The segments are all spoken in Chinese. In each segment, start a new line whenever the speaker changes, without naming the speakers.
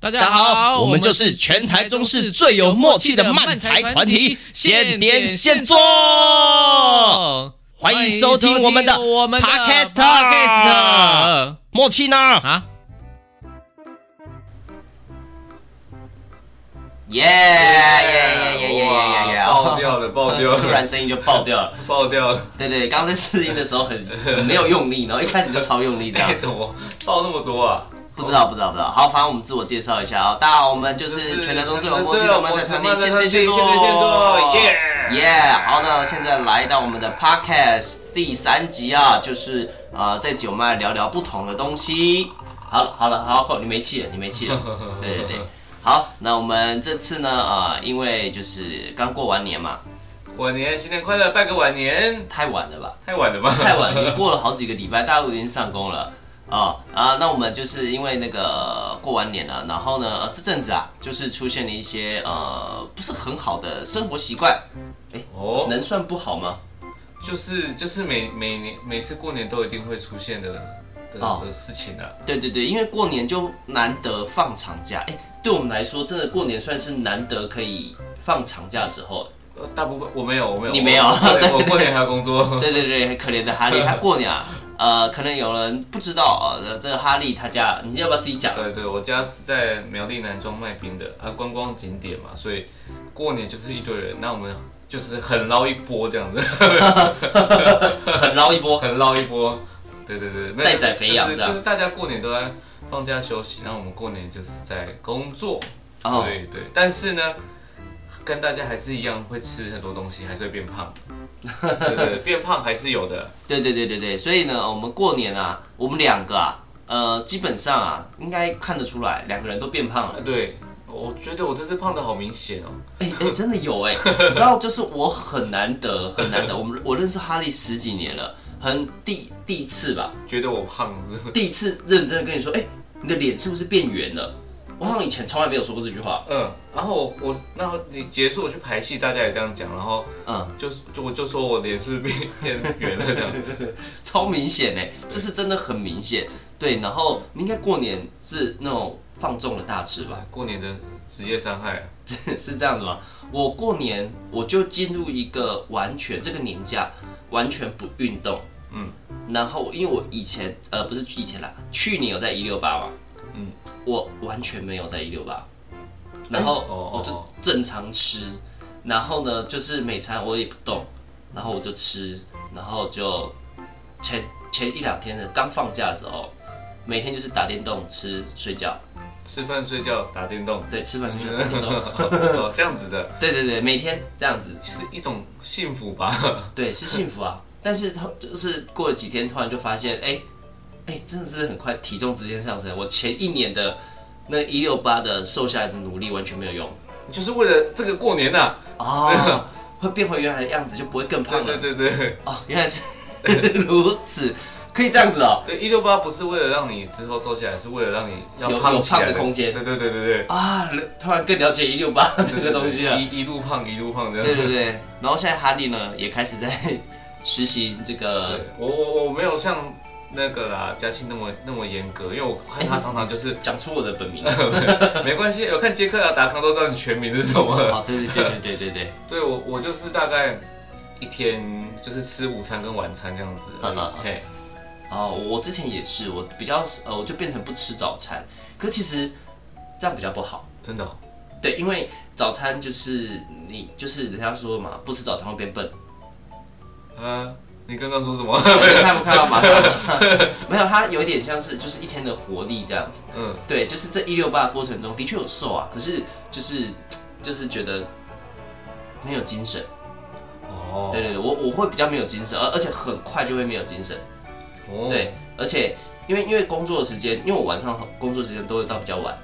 大
大家好，我们就是全台中市最有默契的慢才团体，现点现做。哦欢迎收听我们的
我们的
Podcast
Podcast
默契呢？
啊，
耶耶耶耶耶耶耶！
爆 掉了，爆掉
突然
了，
声音就爆掉了。
爆掉了！
对对，刚刚在试音的时候很很没有用力，然后一开始就超用力这样
哎，。怎么爆那么多啊？
不知道不知道不知道。好，反正我们自我介绍一下啊、大家好，我们就是全台中最有默契的漫才团体，现对现做，
耶！
耶、好，那现在来到我们的 podcast 第三集啊，就是呃，这集我们来聊聊不同的东西。好了好了，好，够你没气了，你没气了。 对对对，好，那我们这次呢，呃，因为就是刚过完年嘛，
晚年，新年快乐，拜个晚年，
太晚了吧？
太晚了吧？
太晚了，已经过了好几个礼拜，大家都已经上工了。哦啊，那我们就是因为那个过完年了，然后呢，呃这阵子啊，就是出现了一些呃不是很好的生活习惯，
哦，
能算不好吗？
就是就是每每年每次过年都一定会出现的的
哦
的事情啊。
对对对，因为过年就难得放长假，哎，对我们来说，真的过年算是难得可以放长假的时 候。
呃大部分我没有，我没有，
你没有
我
对
对我过年还要工作。
对对对，很可怜的哈利，他过 年啊，呃，可能有人不知道，呃，这个哈利他家，你要不要自己讲？
对对，我家是在苗栗南庄卖冰的，啊，观光景点嘛，所以过年就是一堆人，那我们就是很捞一波这样子。
很捞一波，
很捞一波。对对对，没有
待宰肥羊
就是
这样
就是大家过年都在放假休息，然后我们过年就是在工作，
哦
所以对，但是呢，跟大家还是一样会吃很多东西，还是会变胖，对对，对 变胖还是有的。
对对对对对，所以呢，我们过年啊，我们两个啊，呃，基本上啊，应该看得出来，两个人都变胖了
啊。对，我觉得我这次胖的好明显哦，
哎哎，真的有 哎、你知道，就是我很难得，很难得，我们我认识哈利十几年了，很第第一次吧，
觉得我胖是不是，
第一次认真的跟你说，哎、你的脸是不是变圆了？我好像以前从来没有说过这句话。
嗯，然后我我然后你结束我去排戏，大家也这样讲，然后
嗯，
就就我就说我脸是不是变变圆了 这样，
超明显哎、这是真的很明显。对，然后你应该过年是那种放纵的大吃吧？
啊过年的职业伤害啊，
是这样子吗？我过年我就进入一个完全这个年假完全不运动，嗯
嗯，
然后因为我以前呃不是以前啦，去年有在一六八嘛，嗯
嗯，哎
我完全没有在一六八，然后
哦
我就
哦
正常吃，然后呢就是每餐我也不动，然后我就吃，然后就前前一两天的刚放假的时候，每天就是打电动、吃、睡觉，
吃饭睡觉打 电动。
对，吃饭睡觉打电 动，
哦，这样子的，
对对对，每天这样子。
是一种幸福吧？
对，是幸福啊。但是他就是过了几天，突然就发现，哎、哎、真的是很快体重直线上升。我前一年的那一六八的瘦下来的努力完全没有用
就是为了这个过年呐、
哦， 会变回原来的样子，就不会更胖
对
了。
对对对
哦，原来是 如此，可以这样子哦。
对，一六八不是为了让你之后瘦下来，是为了让你要
有
胖
有
起来
胖的空间
对对对对对，
啊，突然更了解一六八 这个东西了。
一一路胖一路胖这样。
对对对，然后现在哈利呢也开始在 实习这个
对，我我我没有像那个啦，嘉庆那么那么严格，因为我看
哎
他常常就是。
讲出我的本名。
没关系，我看杰克啊达康都知道你全名是什么了。
哦，对对对对对对对，
对我我就是大概一天就是吃午餐跟晚餐这样子而
嗯嗯
已。嘿，
啊，我之前也是，我比较呃，我就变成不吃早餐。可其实这样比较不好，
真的哦、
对，因为早餐就是你就是人家说嘛，不吃早餐会变笨。
啊，你刚刚说什么？
你看不看到？马上马上， 没有，它有一点像是就是一天的活力这样子。
嗯，
对，就是这一六八过程中的确有瘦啊，可是就是就是觉得没有精神。
哦，
对对对，我我会比较没有精神，而而且很快就会没有精神。
哦
对，而且因为因为工作的时间，因为我晚上工作时间都会到比较晚，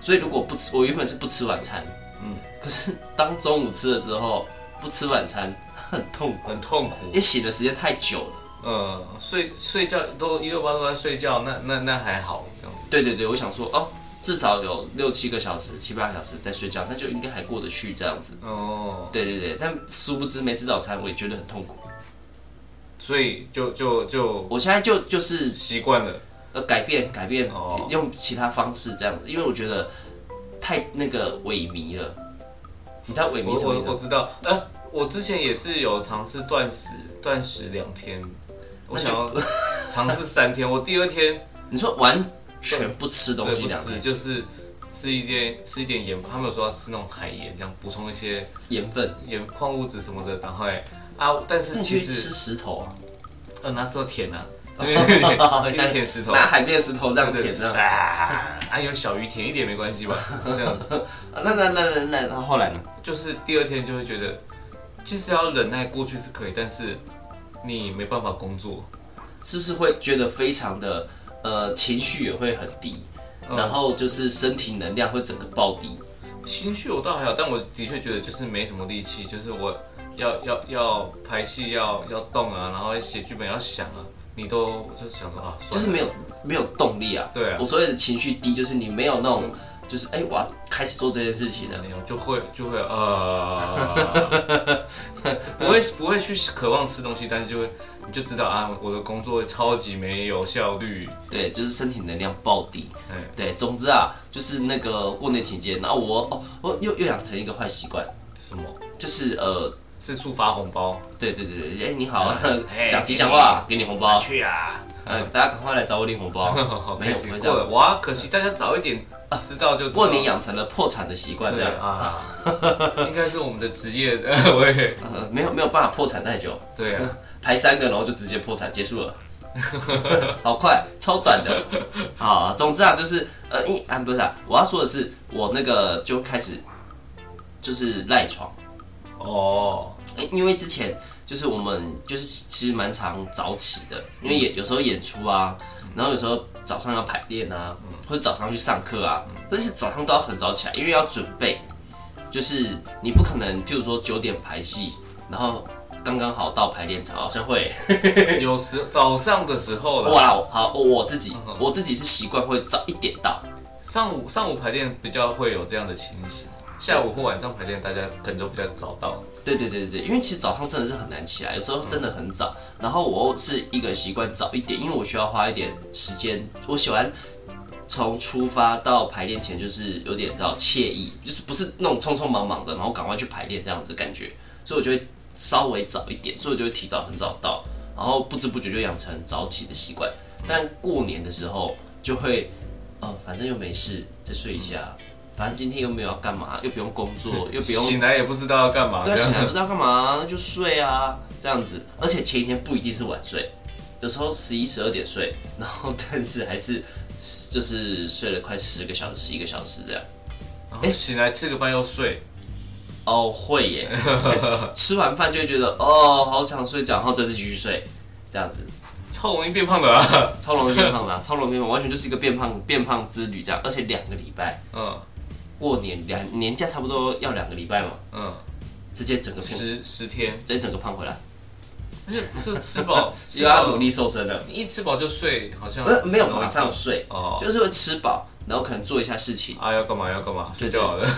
所以如果不吃，我原本是不吃晚餐，嗯
嗯，
可是当中午吃了之后不吃晚餐很痛苦，
很痛苦
因。为醒的时间太久了。
呃，睡睡觉都一六八都在睡觉，那那那还好这样子。
对对对，我想说哦，至少有六七个小时、七八个小时在睡觉，那就应该还过得去这样子。
哦，
对对对，但殊不知没吃早餐，我也觉得很痛苦。
所以就就就
我现在就就是
习惯了。
呃改变改变
哦，
用其他方式这样子，因为我觉得太那个萎靡了。哎你知道萎
我
靡什么意
我
思？啊
我知道，呃，我之前也是有尝试断食，断食两天，我想 要尝试三天，我第二天
你说完全不吃东
对
西
不
两
吃，
天，
就是吃一点吃一点盐，他们有说要吃那种海盐，这样补充一些
盐分，
盐矿物质什么的，然后哎啊，但
那
是
你
其
去吃
实
石头 啊，
呃那时候舔 啊，一定舔石头，
拿海边的石头这样
对
舔这样。
啊，啊有小鱼舔一点没关系吧，这样
啊那那那那那那后来呢？
就是第二天就会觉得，其实要忍耐过去是可以，但是你没办法工作，
是不是会觉得非常的呃情绪也会很低，
嗯
然后就是身体能量会整个暴低？
情绪我倒还好，但我的确觉得就是没什么力气，就是我要要要拍戏要要动啊，然后写剧本要想啊，你都就想说啊，算了
就是没有没有动力啊。
对啊嗯
我所谓的情绪低，就是你没有那种，就是哎、我要开始做这件事情了。
没有就会就会呃， 不会不会去渴望吃东西，但是就会你就知道啊，我的工作超级没有效率，
对，就是身体能量暴低。
嗯
对，总之啊，就是那个过年期间，然后我哦，我又又养成一个坏习惯，
什么
就是呃，
四处发红包，
对对对对，哎、你好
哎，
讲吉祥话，给你红包，
去啊！。
呃，大家赶快来找我领红包
好
没
开
有，
心
不会这
过了
样。
哇！可惜大家早一点知道就知道
过年养成了破产的习惯，这
对
样、
啊， 应该是我们的 职业，我也
呃，没有没有办法破产太久，
对啊，
排三个，然后就直接破产结 束了，好快，超短的。好，总之啊，就是呃，一啊不是啊，我要说的是，我那个就开始就是赖床，
哦，
诶因为之前就是我们就是其实蛮常早起的，因为也有时候演出啊，然后有时候早上要排练啊，或者早上去上课啊，但是早上都要很早起来，因为要准备，就是你不可能，譬如说九点排戏，然后刚刚好到排练场，好像会。
有时早上的时
我
候啦，
啦，我好，我我自己
嗯，
我自己是习惯会早一点到，
上午上午排练比较会有这样的情形，下午或晚上排练大家可能都比较早到，
对对对对，因为其实早上真的是很难起来，有时候真的很早。然后我是一个习惯早一点，因为我需要花一点时间，我喜欢从出发到排练前就是有点叫惬意，就是不是那种匆匆忙忙的，然后赶快去排练这样子感觉，所以我就会稍微早一点，所以我就会提早很早到，然后不知不觉就养成早起的习惯。但过年的时候就会，呃，反正又没事，再睡一下。反正今天又没有要干嘛，又不用工作，又不用
醒来也不知道要干嘛，
对啊，
这样
醒来不知道干嘛，那就睡啊，这样子。而且前一天不一定是晚睡，有时候十一、十二点睡，然后但是还是就是睡了快十个小时、十一个小时这样。
然后醒来吃个饭又睡，
哦，会耶，吃完饭就会觉得哦，好想睡觉，然后再继续睡，这样子
超容易变胖的啊，
超容易变胖的啊、超容易变胖，完全就是一个变胖变胖之旅这样。而且两个礼拜，
嗯
过年两年假差不多要两个礼拜嘛，
嗯，
直接整个胖，直
十十天，
接整个胖回来，
而且就吃饱，
又要努力瘦身了。
一吃饱就睡，好像
呃，没有马上睡，
哦，
就是会吃饱，然后可能做一下事情，
啊要干嘛要干嘛，睡
对
觉好了。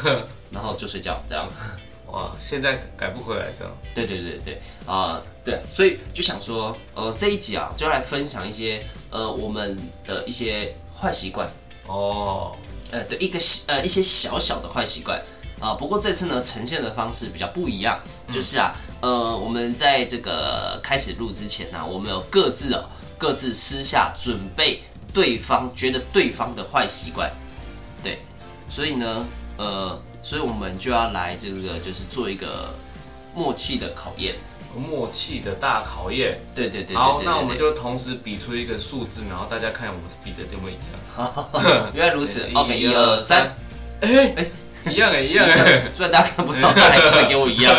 然后就睡觉这样。
哇，现在改不回来这样。
对对对对，啊、对，所以就想说，呃，这一集啊，就要来分享一些呃我们的一些坏习惯，
哦，
呃，对，一个习呃一些小小的坏习惯啊、不过这次呢，呈现的方式比较不一样，
嗯
就是啊，呃，我们在这个开始录之前呢、啊我们有各自哦各自私下准备对方觉得对方的坏习惯，对，所以呢，呃，所以我们就要来这个就是做一个默契的考验。
默契的大考验。
对对对，
好，
对对
那
对
我们就同时比出一个数字，然后大家看我们是比的有没有一样。
哦原来如此。OK，一二三，，
哎哎，一样哎，一样哎，
虽然大家看不到，但还真的跟我一 样。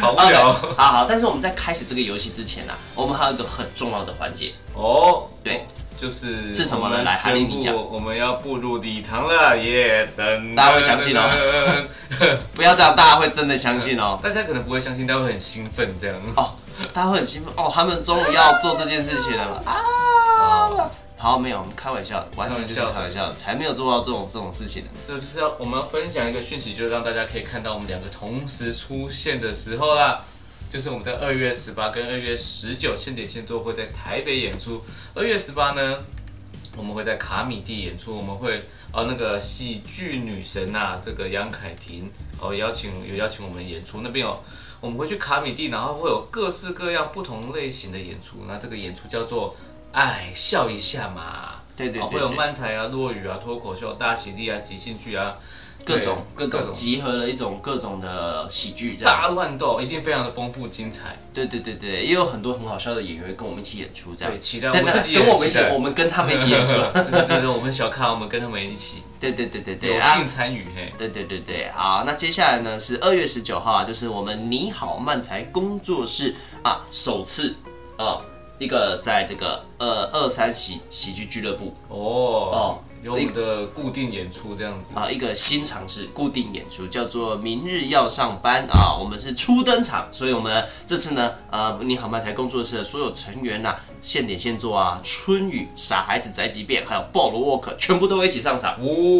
好无
OK，
聊
好好，但是我们在开始这个游戏之前呢、啊，我们还有一个很重要的环节，
哦。
对，
就是
是什么呢
我们
来哈利你
宣
讲
布我们要步入礼堂了耶！等
大家会相信哦。不要这样，大家会真的相信 哦。
大家可能不会相信，但会很兴奋这样。
哦，大家会很兴奋哦，他们终于要做这件事情了啊！好，没有，我们开玩笑的，完全就是开玩笑的，才没有做到这种这种事情呢。
这就是要我们要分享一个讯息，就是让大家可以看到我们两个同时出现的时候啦。就是我们在二月十八跟二月十九现点现做会在台北演出。二月十八呢，我们会在卡米蒂演出，我们会呃那个喜剧女神呐、这个杨凯婷哦、邀请有邀请我们演出，那边有我们会去卡米蒂，然后会有各式各样不同类型的演出，那这个演出叫做哎笑一下嘛，
对对
哦
对
会有
对
漫才啊、落语啊、脱口秀、大喜力啊、即兴剧啊，
各种各
对
种集合了一种各种的喜剧这样
大
子。
乱斗，一定非常的丰富 精彩。
对对对对，也有很多很好笑的演员跟我们一起演出这样
对，。期待我
但
们
那
自己也
跟我们一
期
起
待，
我们跟他们一起演 出。
这是这是我们小咖，我们跟他们一起
对对对对 对
有
啊
幸！参与嘿。
对对对对，好，那接下来呢是二月十九号啊，就是我们你好漫才工作室啊首次啊、一个在这个呃二三喜喜剧俱乐部
哦
哦，
有我们的固定演出这样子，
啊、一个新尝试固定演出，叫做《明日要上班》啊，我们是初登场，所以我们这次呢，呃，你好漫才工作室的所有成员呐、现点现做啊，春雨、傻孩子宅急便，还有暴罗沃克，全部都会一起上场。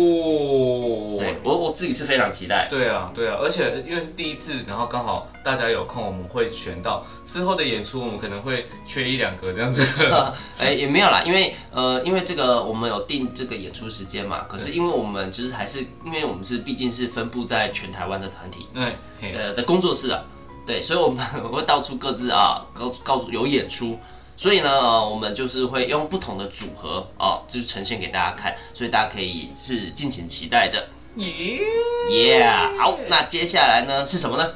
哦，
对我我自己是非常期待，
对啊，对啊，而且因为是第一次，然后刚好大家有空，我们会选到之后的演出，我们可能会缺一两个这 样子。
哎、也没有啦，因为呃，因为这个我们有定这个演出时间嘛，可是因为我们其实还是因为我们是毕竟是分布在全台湾的团体，
对，嘿
呃的工作室啊，对，所以我们 会到处各自啊，告诉告诉有演出，所以呢，呃，我们就是会用不同的组合啊，就是呈现给大家看，所以大家可以是敬请期待的。Yeah，好，那接下来呢是什么呢？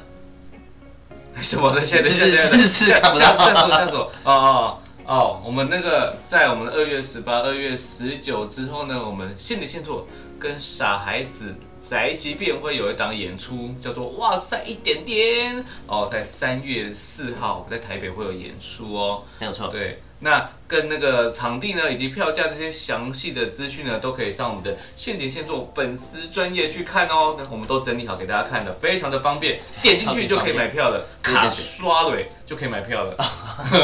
什么的？现在
是
现在
是是是
下
看不到
下下手下手哦哦哦！我们那个在我们的二月十八、二月十九之后呢，我们现里现做跟傻孩子宅急便会有一档演出，叫做哇塞一点点哦，在三月四号在台北会有演出哦。
没有错，
对，那跟那个场地呢，以及票价这些详细的资讯呢，都可以上我们的现点现做粉丝专业去看哦。那我们都整理好给大家看的，非常的方便，点进去就可以买票了，
超级方便
卡刷了欸就可以买票了。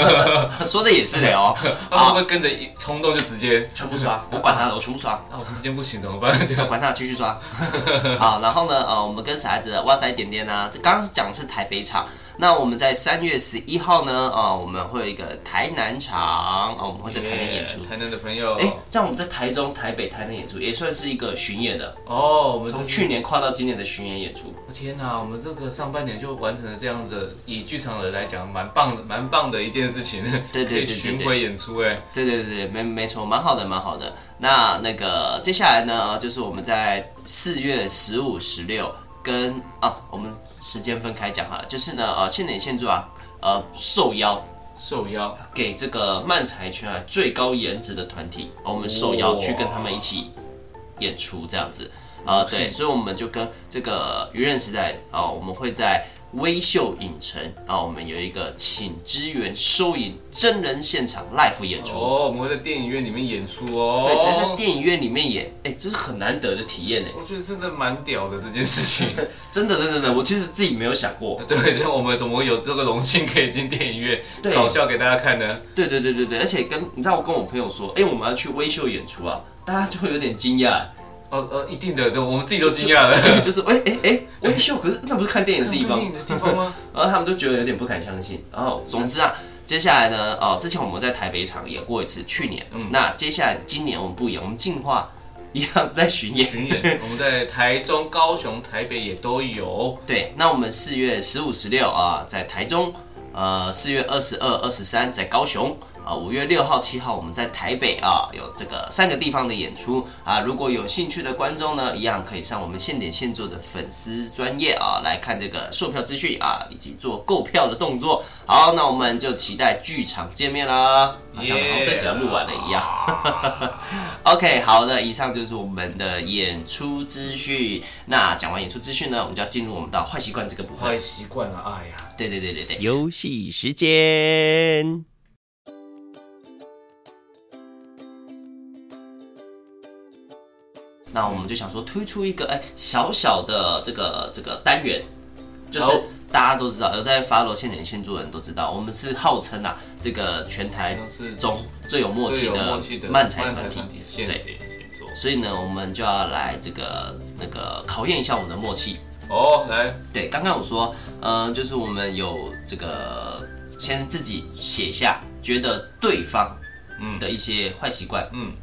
说的也是的 哦，
他们会不
啊，
会跟着一冲动就直接？
全部刷，我管他的，我全部刷。
啊，我时间不行怎么办？这样
管他，继续刷。 好，然后呢，呃，我们跟傻孩子的哇塞点点呢、这刚刚是讲的是台北场，那我们在三月十一号呢，呃，我们会有一个台南场，哦、我们会在台南演出。
台南的朋友，
哎、这样我们在台中、台北、台南演出也算是一个巡演的，
哦，我们这哦
从去年跨到今年的巡演演出，
天哪，我们这个上半年就完成了这样子，以剧场人来讲，蛮棒的，蛮棒的一件事情，
对对对
可
对
以巡
对
回演出，哎，
对对对，对没没错，蛮好的，蛮好的。那那个接下来呢，呃就是我们在四月十五、十六跟啊，我们时间分开讲好了，就是呢，呃，现点现做啊，呃，受邀
受邀。
给这个漫才圈啊最高颜值的团体，啊我们受邀去跟他们一起演出这样子。啊、对，所以我们就跟这个愚人时代啊、我们会在微秀影城啊、我们有一个请支援收银真人现场 live 演出。
哦，我们会在电影院里面演出哦。
对，直接在电影院里面演，哎、这是很难得的体验哎、
我觉得真的蛮屌的这件事情。
真的，真的，真的，我其实自己没有想过。
对，就我们怎么有这个荣幸可以进电影院
对
搞笑给大家看呢？
对对对对对，而且跟你知道，我跟我朋友说，哎、我们要去微秀演出啊，大家就会有点惊讶、
哦呃，一定的，对我们自己都惊讶了。
就是哎哎哎，微秀，可是那不是看电影的地方
看电，影的地方吗？
然后他们都觉得有点不敢相信。然后总之啊，接下来呢，哦，之前我们在台北场演过一次，去年，
嗯
那接下来今年我们不演，我们进化 一样在巡演。
巡演，我们在台中、高雄、台北也都有。
对，那我们四月十五、十六啊，在台中；呃，四月二十二、二十三在高雄；啊，五月六号、七号我们在台北啊，有这个三个地方的演出啊。如果有兴趣的观众呢，一样可以上我们现点现做的粉丝专业啊，来看这个售票资讯啊，以及做购票的动作。好，那我们就期待剧场见面啦！啊，讲的好像这集要录完了一样。OK，好 的，以上就是我们的演出资讯。那讲完演出资讯呢，我们就要进入我们到坏习惯这个部分。
坏习惯了，哎呀，
对对对对对，
游戏时间。
那我们就想说推出一个哎小小的这个这个单元，就是
好
大家都知道，有在 follow 现点现做的人都知道，我们是号称啊这个全台
像是
哎中最有默
最
契
有默
的
契的
漫
漫
才
才
团体
团。体现
对
点现做。
所以呢，我们就要来这个那个考验一下我们的默契。
哦，来，
对，刚刚我说，呃，就是我们有这个先自己写下觉得对方
嗯
的一些坏习惯，
嗯，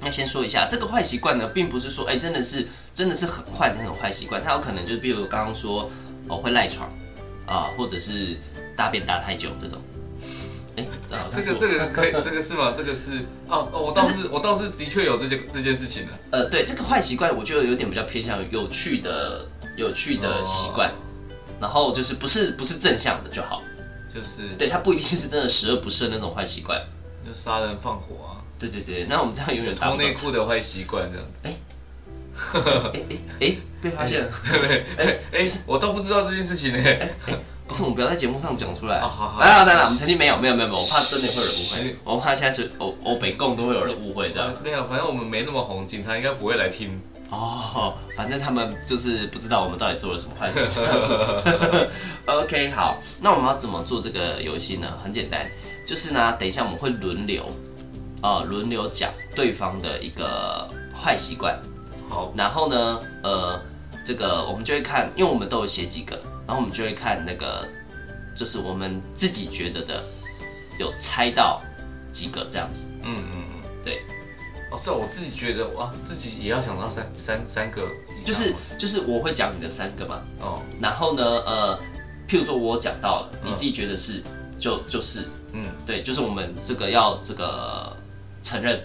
那先说一下，这个坏习惯呢，并不是说，哎、真的是真的是很坏的那种坏习惯，它有可能就是，比如刚刚说，哦，会赖床啊，或者是大便大太久这种。哎、这好
这
像是
个
我
这个可以，这个是吗？这个是哦哦，我倒是我倒是的确有这件这件事情的。
呃，对这个坏习惯，我觉得有点比较偏向于有趣的、有趣的
哦
习惯，然后就是不是不是正向的就好。
就是
对，它不一定是真的十恶不赦那种坏习惯。
就杀人放火啊，
对对对，那我们这样永远达
偷
不到
内裤的坏习惯这样 子。
哎、被发现了，
哎哎，我倒不知道这件事情呢。
哎 不是我们不要在节目上讲出来。
哦好好
来了来了，我们曾经没有没有没有，没有我怕真的会有人误
是
会，我怕现在是欧欧北共都会有人误会这样。
没有，反正我们没那么红，警察应该不会来听。
哦，反正他们就是不知道我们到底做了什么坏事。OK，好，那我们要怎么做这个游戏呢？很简单，就是呢，等一下我们会轮流，啊、轮流讲对方的一个坏习惯。
好，
然后呢，呃，这个我们就会看，因为我们都有写几个，然后我们就会看那个，就是我们自己觉得的，有猜到几个这样子。
嗯嗯嗯，。哦，是啊我自己觉得哇，自己也要想到三三三个以上吗，
就是就是我会讲你的三个嘛，
哦，
然后呢，呃，譬如说我讲到了，
嗯
你自己觉得是，就就是，
嗯，
对，就是我们这个要这个承认，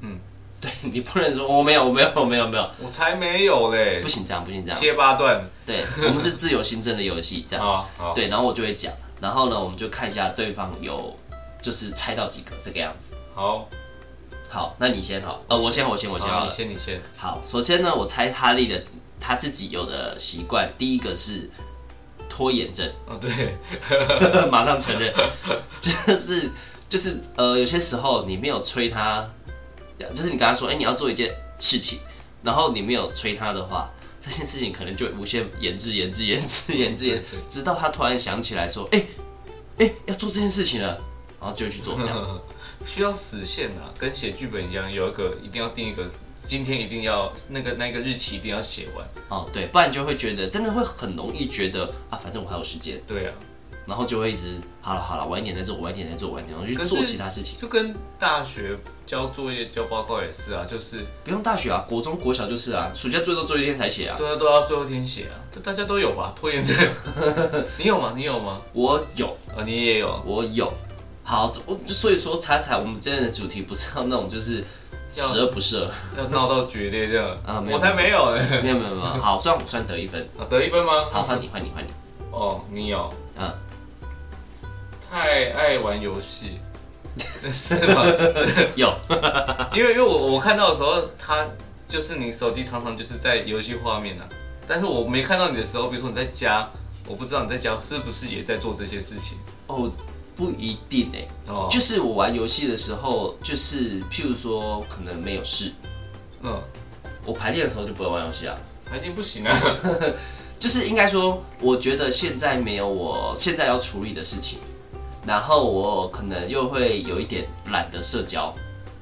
嗯，
对你不能说我哦没有，我没有，我没有，没有，
我才没有嘞
不，行这啊样，不行这样，
切八段
对，我们是自由新政的游戏这样 子，
啊，好，
对，然后我就会讲，然后呢，我们就看一下对方有就是猜到几个这个样子。
好，
好，那你先好，呃，我先，我先，我先好
好，你
了。
先你先，
好，首先呢，我猜哈利的他自己有的习惯，第一个是拖延症。
哦对，
马上承认，就是就是呃，有些时候你没有催他，就是你跟他说，哎、你要做一件事情，然后你没有催他的话，这件事情可能就会无限延至、延至、延至、延至、延至，直到他突然想起来说，哎、哎、要做这件事情了，然后就去做这 样子。
需要实现啊，跟写剧本一样，有一个一定要定一个，今天一定要那个那个日期一定要写完。
哦，对，不然就会觉得真的会很容易觉得啊，反正我还有时间，
对啊，
然后就会一直好了好了，晚一点再做，晚一点再做，晚一点，然后去
可是
做其他事情。
就跟大学交作业、交报告也是啊，就是
不用大学啊，国中、国小就是啊，暑假最多做一天才写啊。
都要都要最后一天写啊，这大家都有吧？ 拖延症，你有吗？你有吗？
我有。
啊，你也有，
我有。好，我所以说查查，我们今天的主题不是要那种就是十恶不 赦，
要闹到决裂这样
啊没有
我才没有呢。
没有没有没有。好，虽然我算得一分，
啊，得一分吗？
好，换你换你换你。
哦，你有，
嗯，
太爱玩游戏， 是吗？
有，
因为因为我我看到的时候，它就是你手机常常就是在游戏画面啊，但是我没看到你的时候，比如说你在家，我不知道你在家是不是也在做这些事情
哦，不一定哎、
哦，
就是我玩游戏的时候，就是譬如说可能没有事，
嗯，
我排练的时候就不会玩游戏啊。
一定 不行啊，
就是应该说，我觉得现在没有我现在要处理的事情，然后我可能又会有一点懒得社交，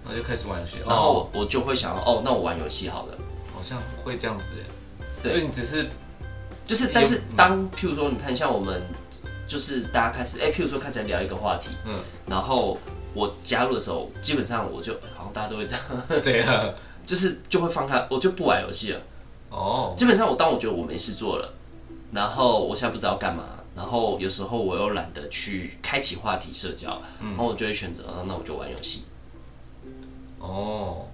然后就开始玩游戏，
然
哦，
后我就会想哦，那我玩游戏好了。
好像会这样子哎，
对
所以你只是
就是，
有
但是当譬如说，你看像我们，就是大家开始，哎、譬如说开始聊一个话题，
嗯，
然后我加入的时候，基本上我就好像大家都会这样，
这样
就是就会放开，我就不玩游戏了。
哦，
基本上我当我觉得我没事做了，然后我现在不知道干嘛，然后有时候我又懒得去开启话题社交，
嗯
然后我就会选择，啊那我就玩游戏。
哦，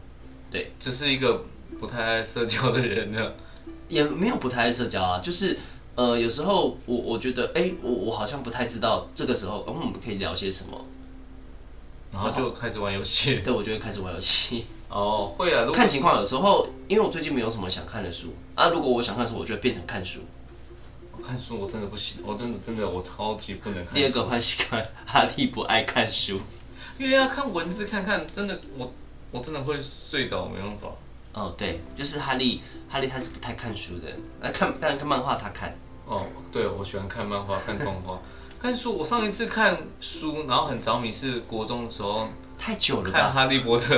对，
这是一个不太爱社交的人 呢，
也没有不太爱社交啊，就是呃，有时候我我觉得，哎、我我好像不太知道这个时候，嗯，我们可以聊些什么，
然后就开始玩游戏
对我就会开始玩游戏。
哦，会啊，如果
看情况，有时候因为我最近没有什么想看的书啊，如果我想看书，我就会变成看书。
看书我真的不行，我真的真的我超级不能看
第二个
书
坏习惯，哈利不爱看书。
因为要看文字看看，真的我我真的会睡着，没办法。
哦，对，就是哈利，哈利他是不太看书的，那呃看但看漫画他看。
哦，对，我喜欢看 漫画、看动画、看书。我上一次看书，然后很着迷，是国中的时候
太久了
看《
吧？
哈利波特》，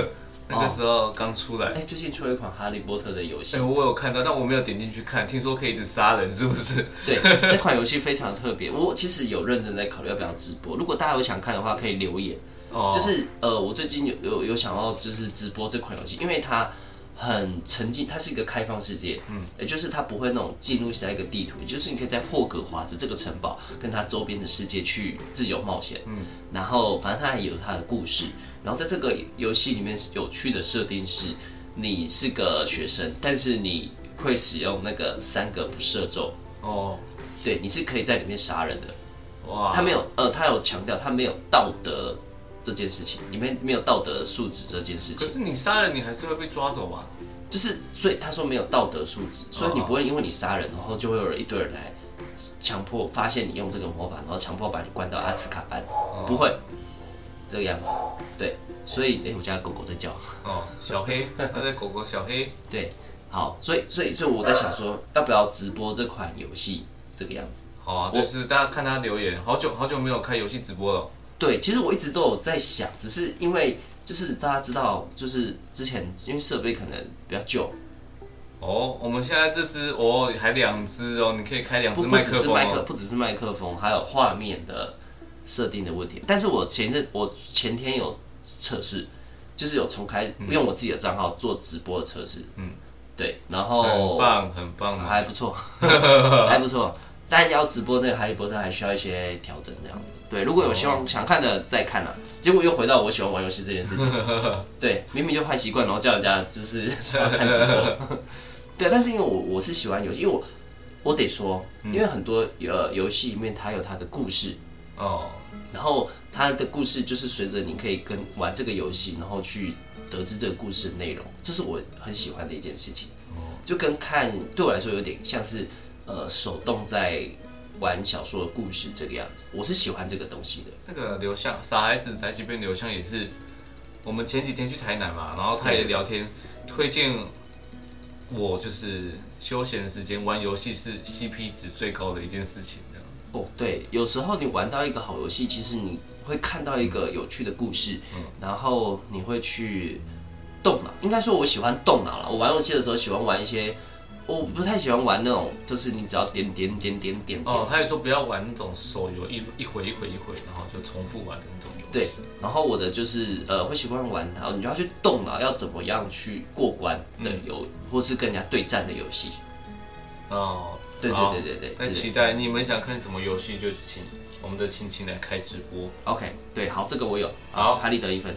那个
哦
时候刚出来。
哎、最近出了一款《哈利波特》的游
哎、
戏，
我有看到，但我没有点进去看。听说可以一直杀人，是不是？
对，这款游戏非常特别。我其实有认真在考虑要不要直播，如果大家有想看的话，可以留言，
哦
就是呃，我最近有有有想要就是直播这款游戏，因为它很沉浸，它是一个开放世界，嗯，也就是它不会那种进入下一个地图，也就是你可以在霍格华兹这个城堡跟它周边的世界去自由冒险，嗯，然后反正它也有它的故事，然后在这个游戏里面有趣的设定是，你是个学生，但是你会使用那个三个不射咒，
哦，
对，你是可以在里面杀人的，
哇，
他没有，呃，他有强调他没有道德这件事情，你们没有道德素质这件事
可
情，
是你杀人，你还是会被抓走吧？
就是所以他说没有道德素质，所以
哦
你不会因为你杀人，然后就会有一堆人来强迫发现你用这个魔法，然后强迫把你关到阿兹卡班，
哦
不会这个样子，对，所以哎、诶我家的狗狗在叫，
哦，小黑，那在狗狗小黑，
对，好，所以所以所以我在想说，要不要直播这款游戏这个样子？
好啊，就是大家看他留言，好久好久没有开游戏直播了，
对，其实我一直都有在想，只是因为就是大家知道，就是之前因为设备可能比较旧，
哦，我们现在这只哦还两只哦，你可以开两只
不不
麦
只
克
是
风
麦克，
哦，
不只是麦克风，还有画面的设定的问题。但是我前一阵我前天有测试，就是有重开
嗯
用我自己的账号做直播的测试，嗯，对，然
哦很
后
棒很棒啊嘛，
还不错，嗯 还不错。但要直播那个《哈利波特》还需要一些调整，这样子。对，如果有希望想看的再看啦、结果又回到我喜欢玩游戏这件事 情。对，明明就坏习惯，然后叫人家就是 说要看直播。对，但是因为我我是喜欢游戏，因为我我得说，因为很多呃游戏里面它有它的故事，
哦，
然后它的故事就是随着你可以跟玩这个游戏，然后去得知这个故事的内容，这是我很喜欢的一件事情。就跟看对我来说有点像是呃手动在玩小说的故事这个样子，我是喜欢这个东西的。
那个刘向傻孩子宅急便刘向也是，我们前几天去台南嘛，然后他也聊天推荐我就是休闲时间玩游戏是 CP 值最高的一件事情，这样
哦，对，有时候你玩到一个好游戏，其实你会看到一个有趣的故事，然后你会去动脑。应该说，我喜欢动脑了。我玩游戏的时候喜欢玩一些，我不太喜欢玩那种，就是你只要点点点点点点
哦，他也说不要玩那种手游一一回一回一回，然后就重复玩的那种游
对
戏。，
然后我的就是呃，会习惯玩它，你就要去动脑，要怎么样去过关的
嗯
游，或是跟人家对战的游戏。
哦，
对
好
对对对对
那
是
期待你们想看什么游戏，就请我们的青青来开直播。
OK，对，好，这个我有，
好
哈利得一分。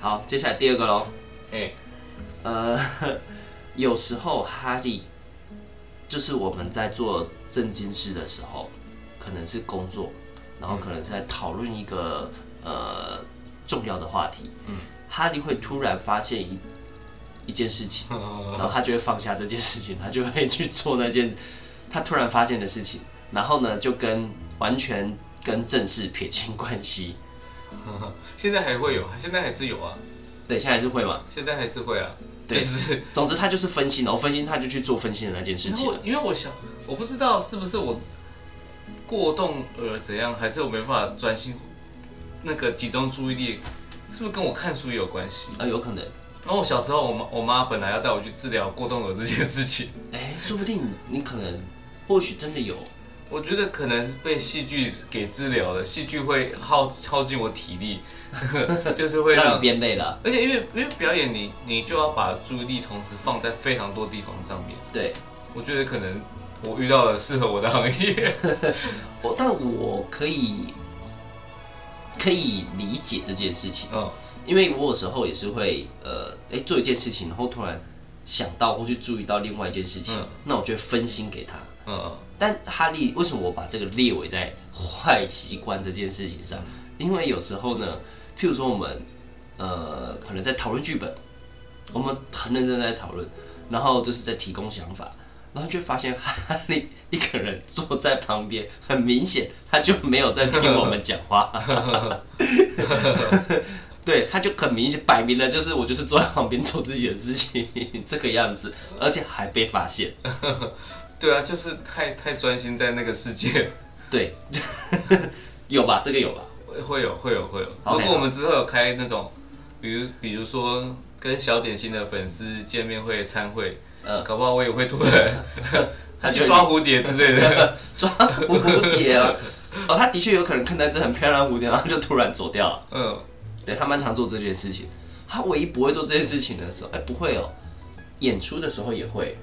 好，接下来第二个喽。
哎，
呃， 有时候哈利就是我们在做正经事的时候，可能是工作，然后可能是在讨论一个呃重要的话题，嗯，哈利会突然发现一一件事情，然后他就会放下这件事情，他就会去做那件他突然发现的事情，然后呢就跟完全跟正事撇清关系。
现在还会有，现在还是有啊，
对，现在还是会嘛。
现在还是会啊，就
对
是。
总之，他就是分析，然后分析他就去做分析的那件事
然
情
后
了。
因为我想，我不知道是不是我过动呃怎样，还是我没办法专心那个集中注意力，是不是跟我看书也有关系？
啊，有可能。
然后我小时候，我妈我妈本来要带我去治疗过动儿这件事情，
哎，说不定你可能，或许真的有。
我觉得可能是被戏剧给治疗了，戏剧会耗 耗尽我体力，就是会啊
让
让
你变累了。
而且因为因为表演你你就要把注意力同时放在非常多地方上面，
对，
我觉得可能我遇到了适合我的行业。
我但我可以可以理解这件事情，
嗯，
因为我有时候也是会呃，哎，做一件事情，然后突然想到或去注意到另外一件事情，
嗯
那我就会分心给他。
嗯
但哈利为什么我把这个列为在坏习惯这件事情上？因为有时候呢，譬如说我们呃可能在讨论剧本，我们很认真地在讨论，然后就是在提供想法，然后就发现哈利一个人坐在旁边，很明显他就没有在听我们讲话。 对，他就很明显摆明了，就是我就是坐在旁边做自己的事情这个样子，而且还被发现。
对啊，就是太太专心在那个世界，
对， 有吧？这个有吧？
会会有会有会有。
OK，
如果我们之后有开那种，比如比如说跟小点心的粉丝见面会、餐会，
嗯
搞不好我也会突 然他去
就
抓蝴蝶之类的。
抓蝴蝶啊！哦，他的确有可能看到一只很漂亮的蝴蝶，然后就突然走掉了。
嗯，
对他蛮常做这件事情。他唯一不会做这件事情的时候，哎、不会哦，演出的时候也会，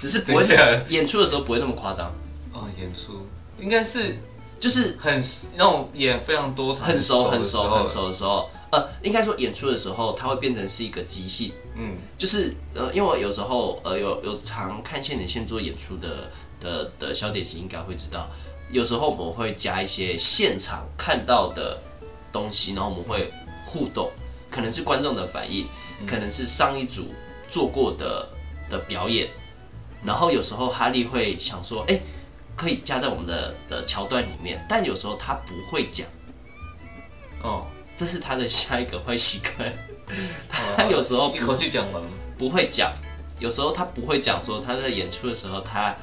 只是不会
等一下
演出的时候不会那么夸张，
哦，演出应该是
就是
很那种演非常多场
很熟很熟很
的时候了，
熟的时候，呃，应该说演出的时候，它会变成是一个即兴。
嗯，
就是呃，因为我有时候呃有有常看现点现做演出的的的小点心应该会知道，有时候我们会加一些现场看到的东西，然后我们会互动，可能是观众的反应，可能是上一组做过的的表演，然后有时候哈利会想说，哎、可以加在我们的的桥段里面，但有时候他不会讲，
哦，
这是他的下一个坏习惯，
哦
他有时候
一
不
口气讲完吗，
不会讲，有时候他不会讲说他在演出的时候他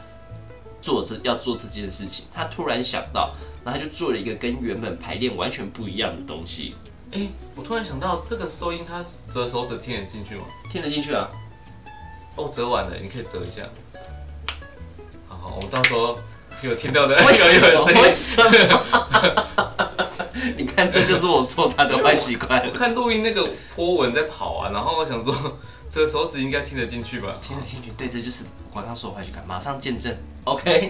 做这要做这件事情，他突然想到，然后他就做了一个跟原本排练完全不一样的东西，
哎、我突然想到，这个收音它折手指听得进去吗？
听得进去啊？
哦，折完了，你可以折一下。好好，我到时候有听到的，有
为什
有有
么？
声
为
音。
什么？ 你看，这就是我说他的坏习惯
我，看录音那个波纹在跑啊，然后我想说， 折手指应该听得进去吧？
听得进去。对，这就是我刚刚说的坏习惯，马上见证。OK，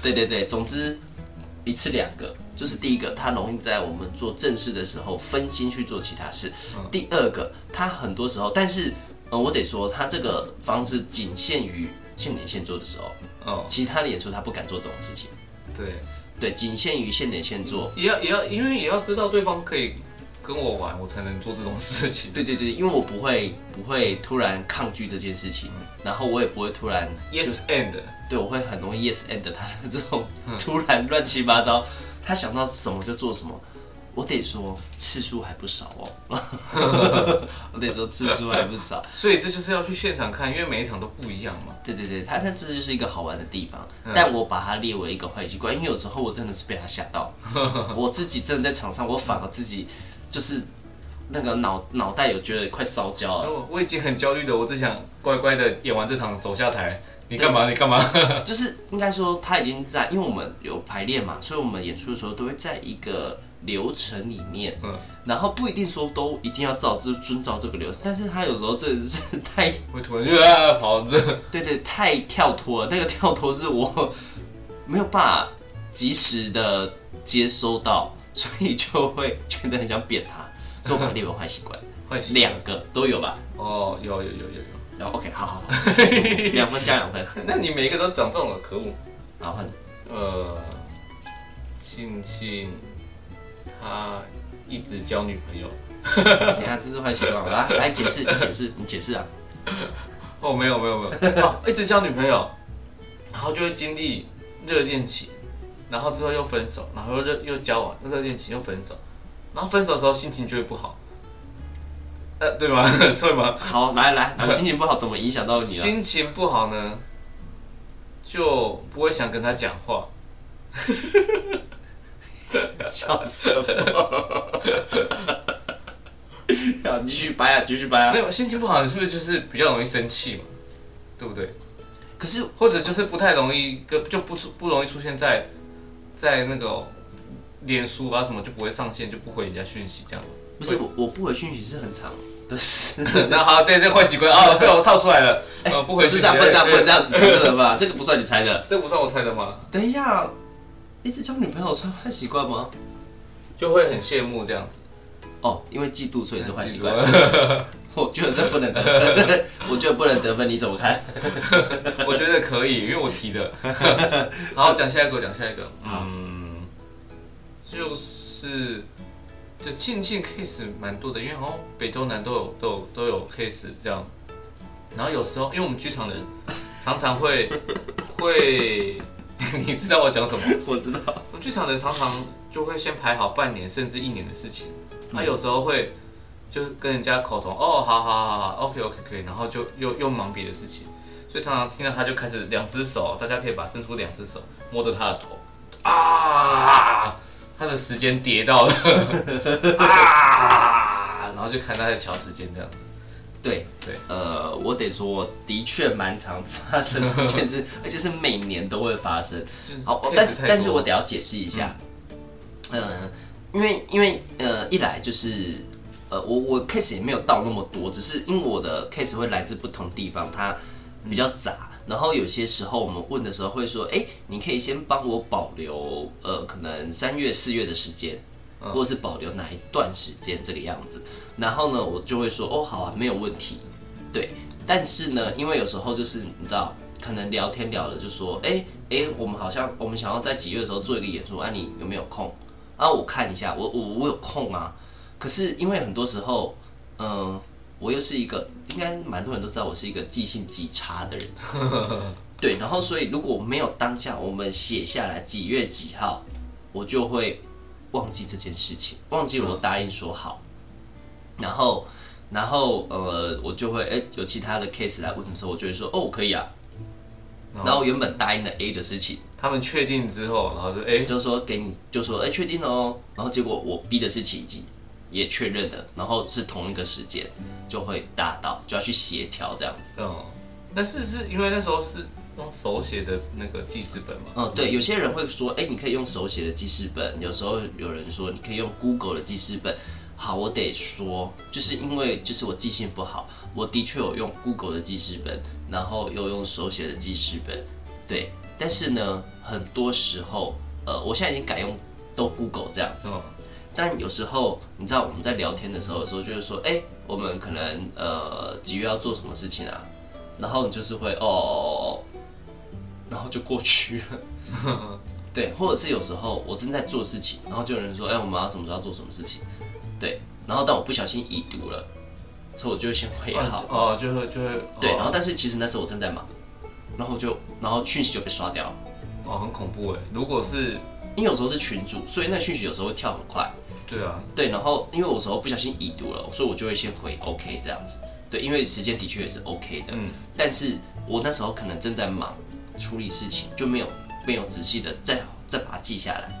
对对对，总之一次两个，就是第一个，他容易在我们做正事的时候分心去做其他事；第二个，他很多时候，但是呃，我得说，他这个方式仅限于现点现做的时候，
哦，
其他的演出他不敢做这种事情。
对，
对，仅限于现点现做。
也要也要，因为也要知道对方可以跟我玩，我才能做这种 事情。
对对对，因为我不会不会突然抗拒这件事情，然后我也不会突然
，Yes and，
对，我会很容易 yes and 他的这种突然乱七八糟，他想到什么就做什么。我得说次数还不少哦， 我得说次数还不少。
所以这就是要去现场看，因为每一场都不一样嘛。
对对对，他那这就是一个好玩的地方，但我把它列为一个坏习惯，因为有时候我真的是被他吓到，我自己真的在场上，我反而自己就是那个脑脑袋有觉得快烧焦
那
了，
我我已经很焦虑的，我只想乖乖的演完这场走下台。你干嘛？你干嘛？
就是应该说他已经在，因为我们有排练嘛，所以我们演出的时候都会在一个流程里面，
嗯，
然后不一定说都一定要照这遵照这个流程，但是他有时候真的是太
会突然就啊跑这，
对对太跳脱了，那个跳脱是我没有办法及时的接收到，所以就会觉得很想扁他，所以我把它列为坏习惯，
坏习惯
两个都有吧？
哦，有有有有有。
然后 OK，好好好，两分加两分，
那你每一个都讲中了，可恶。
然后你
呃，庆庆他一直交女朋友。
等一下这是坏习惯好吧？来解释，你解释，你解释啊！
哦，没有没有没有，哦，一直交女朋友，然后就会经历热恋期，然后之后又分手，然后又热又交往，又热恋期又分手，然后分手的时候心情就会不好，呃，对吗？ 所以吗？
好，来来，我心情不好怎么影响到你啊了？
心情不好呢，就不会想跟他讲话，
笑什么？好， 你继续掰啊，继续掰啊
没！有心情不好，你是不是就是比较容易生气嘛？对不对？
可是
或者就是不太容易，跟就不出不容易出现在在那个脸书啊什么就不会上线，就不回人家讯息这样。
不是我，我不回讯息是很长的事。
那好，对这坏习惯啊，被我套出来了，呃，不
不
回
是
讯息
这哎样，不 是这样，不是这样子，
对
不是这样吧？这个不算你猜的。
这不算我猜的吗？
等一下，一直交女朋友算坏习惯吗？
就会很羡慕这样子，
哦，因为哎嫉妒，啊所以是坏习惯。
我
我觉得这不能得分， 我觉得不能得分，你怎么看？
我觉得可以，因为我提的。好，讲下一个，讲下一个。嗯，就是就庆庆 case 蛮多的，因为好像北中南都有都有都有 case 这样。然后有时候，因为我们剧场人常常会会， 你知道我讲什么？
我知道，
我们剧场人常常就会先排好半年甚至一年的事情，他、有时候会就是跟人家口头哦，好好好好，OK OK 可以，然后就又又忙别的事情，所以常常听到他就开始两只手，大家可以把伸出两只手摸着他的头啊，他的时间跌到了啊，然后就看他在瞧时间这样子，
对
对，
呃，我得说，的确蛮常发生这件 事，而且是每年都会发生。
就是
好，
case
但是
太多
但是我得要解释一下，嗯、因因为因为呃，一来就是呃，我我 case 也没有到那么多，只是因为我的 case 会来自不同地方，它比较杂。
嗯
然后有些时候我们问的时候会说，哎、你可以先帮我保留呃，可能三月四月的时间，
嗯
或者是保留哪一段时间这个样子。然后呢，我就会说，哦，好啊，没有问题。对，但是呢，因为有时候就是你知道，可能聊天聊了就说，哎、哎、我们好像我们想要在几月的时候做一个演出，啊，你有没有空？啊，我看一下，我我我有空啊。可是因为很多时候，嗯、我又是一个，应该蛮多人都知道我是一个记性极差的人，对。然后所以如果没有当下我们写下来几月几号，我就会忘记这件事情，忘记我答应说好，然后。然后呃，我就会哎、有其他的 case 来问的时候，我就会说哦，可以啊。然后原本答应了 A 的事情，
他们确定之后，然后就哎、
就说给你，就说哎，确定了哦。然后结果我 B 的事情已经也确认了，然后是同一个时间，就会达到，就要去协调这样子。
哦，但是是因为那时候是用手写的那个记事本嘛，
嗯，对，有些人会说，哎、你可以用手写的记事本，有时候有人说你可以用 Google 的记事本。好，我得说，就是因为就是我记性不好，我的确有用 Google 的记事本，然后又用手写的记事本，对。但是呢，很多时候，呃，我现在已经改用都 Google 这样子。
嗯，
但有时候你知道我们在聊天的时候，有时候就是说，哎、我们可能呃几月要做什么事情啊？然后你就是会哦哦，哦哦然后就过去了。对，或者是有时候我正在做事情，然后就有人说，哎、我们要什么时候要做什么事情？对，然后但我不小心已读了，所以我就先回好。
哦，就会就会
对，
哦
然后但是其实那时候我正在忙，然后我就然后讯息就被刷掉了，
哦很恐怖哎，如果是
因为有时候是群主，所以那讯息有时候会跳很快。
对啊，
对，然后因为我有时候不小心已读了，所以我就会先回 OK 这样子。对，因为时间的确也是 OK 的，
嗯
但是我那时候可能正在忙处理事情，就没有没有仔细的再再把它记下来。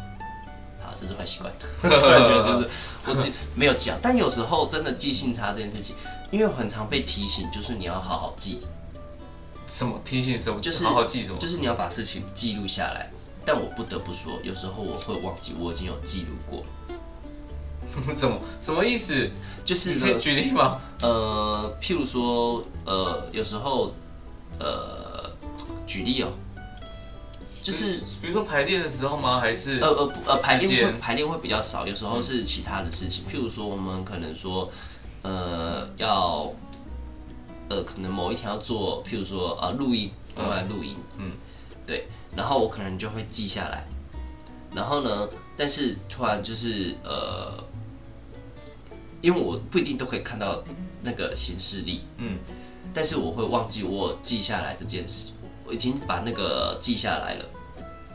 好，这是坏 习惯，突然觉得就是我自己没有记好。但有时候真的记性差这件事情，因为我很常被提醒，就是你要好好记，
什么提醒什么，
就是
好好记什么，
就是你要把事情记录下来。但我不得不说，有时候我会忘记我已经有记录过，
什么什么意思？
就是
你
呢
可以举例吗？
呃，譬如说，呃，有时候，呃，举例哦，就是
比如说排练的时候吗？还是
呃呃不呃排
时
练会
间嗯
排练会比较少，有时候是其他的事情，譬如说我们可能说，呃，要，呃，可能某一天要做，譬如说呃录音，我们来录音，
嗯，
对，然后我可能就会记下来，然后呢，但是突然就是呃，因为我不一定都可以看到那个行事历，
嗯，
但是我会忘记我有记下来这件事，我已经把那个记下来了。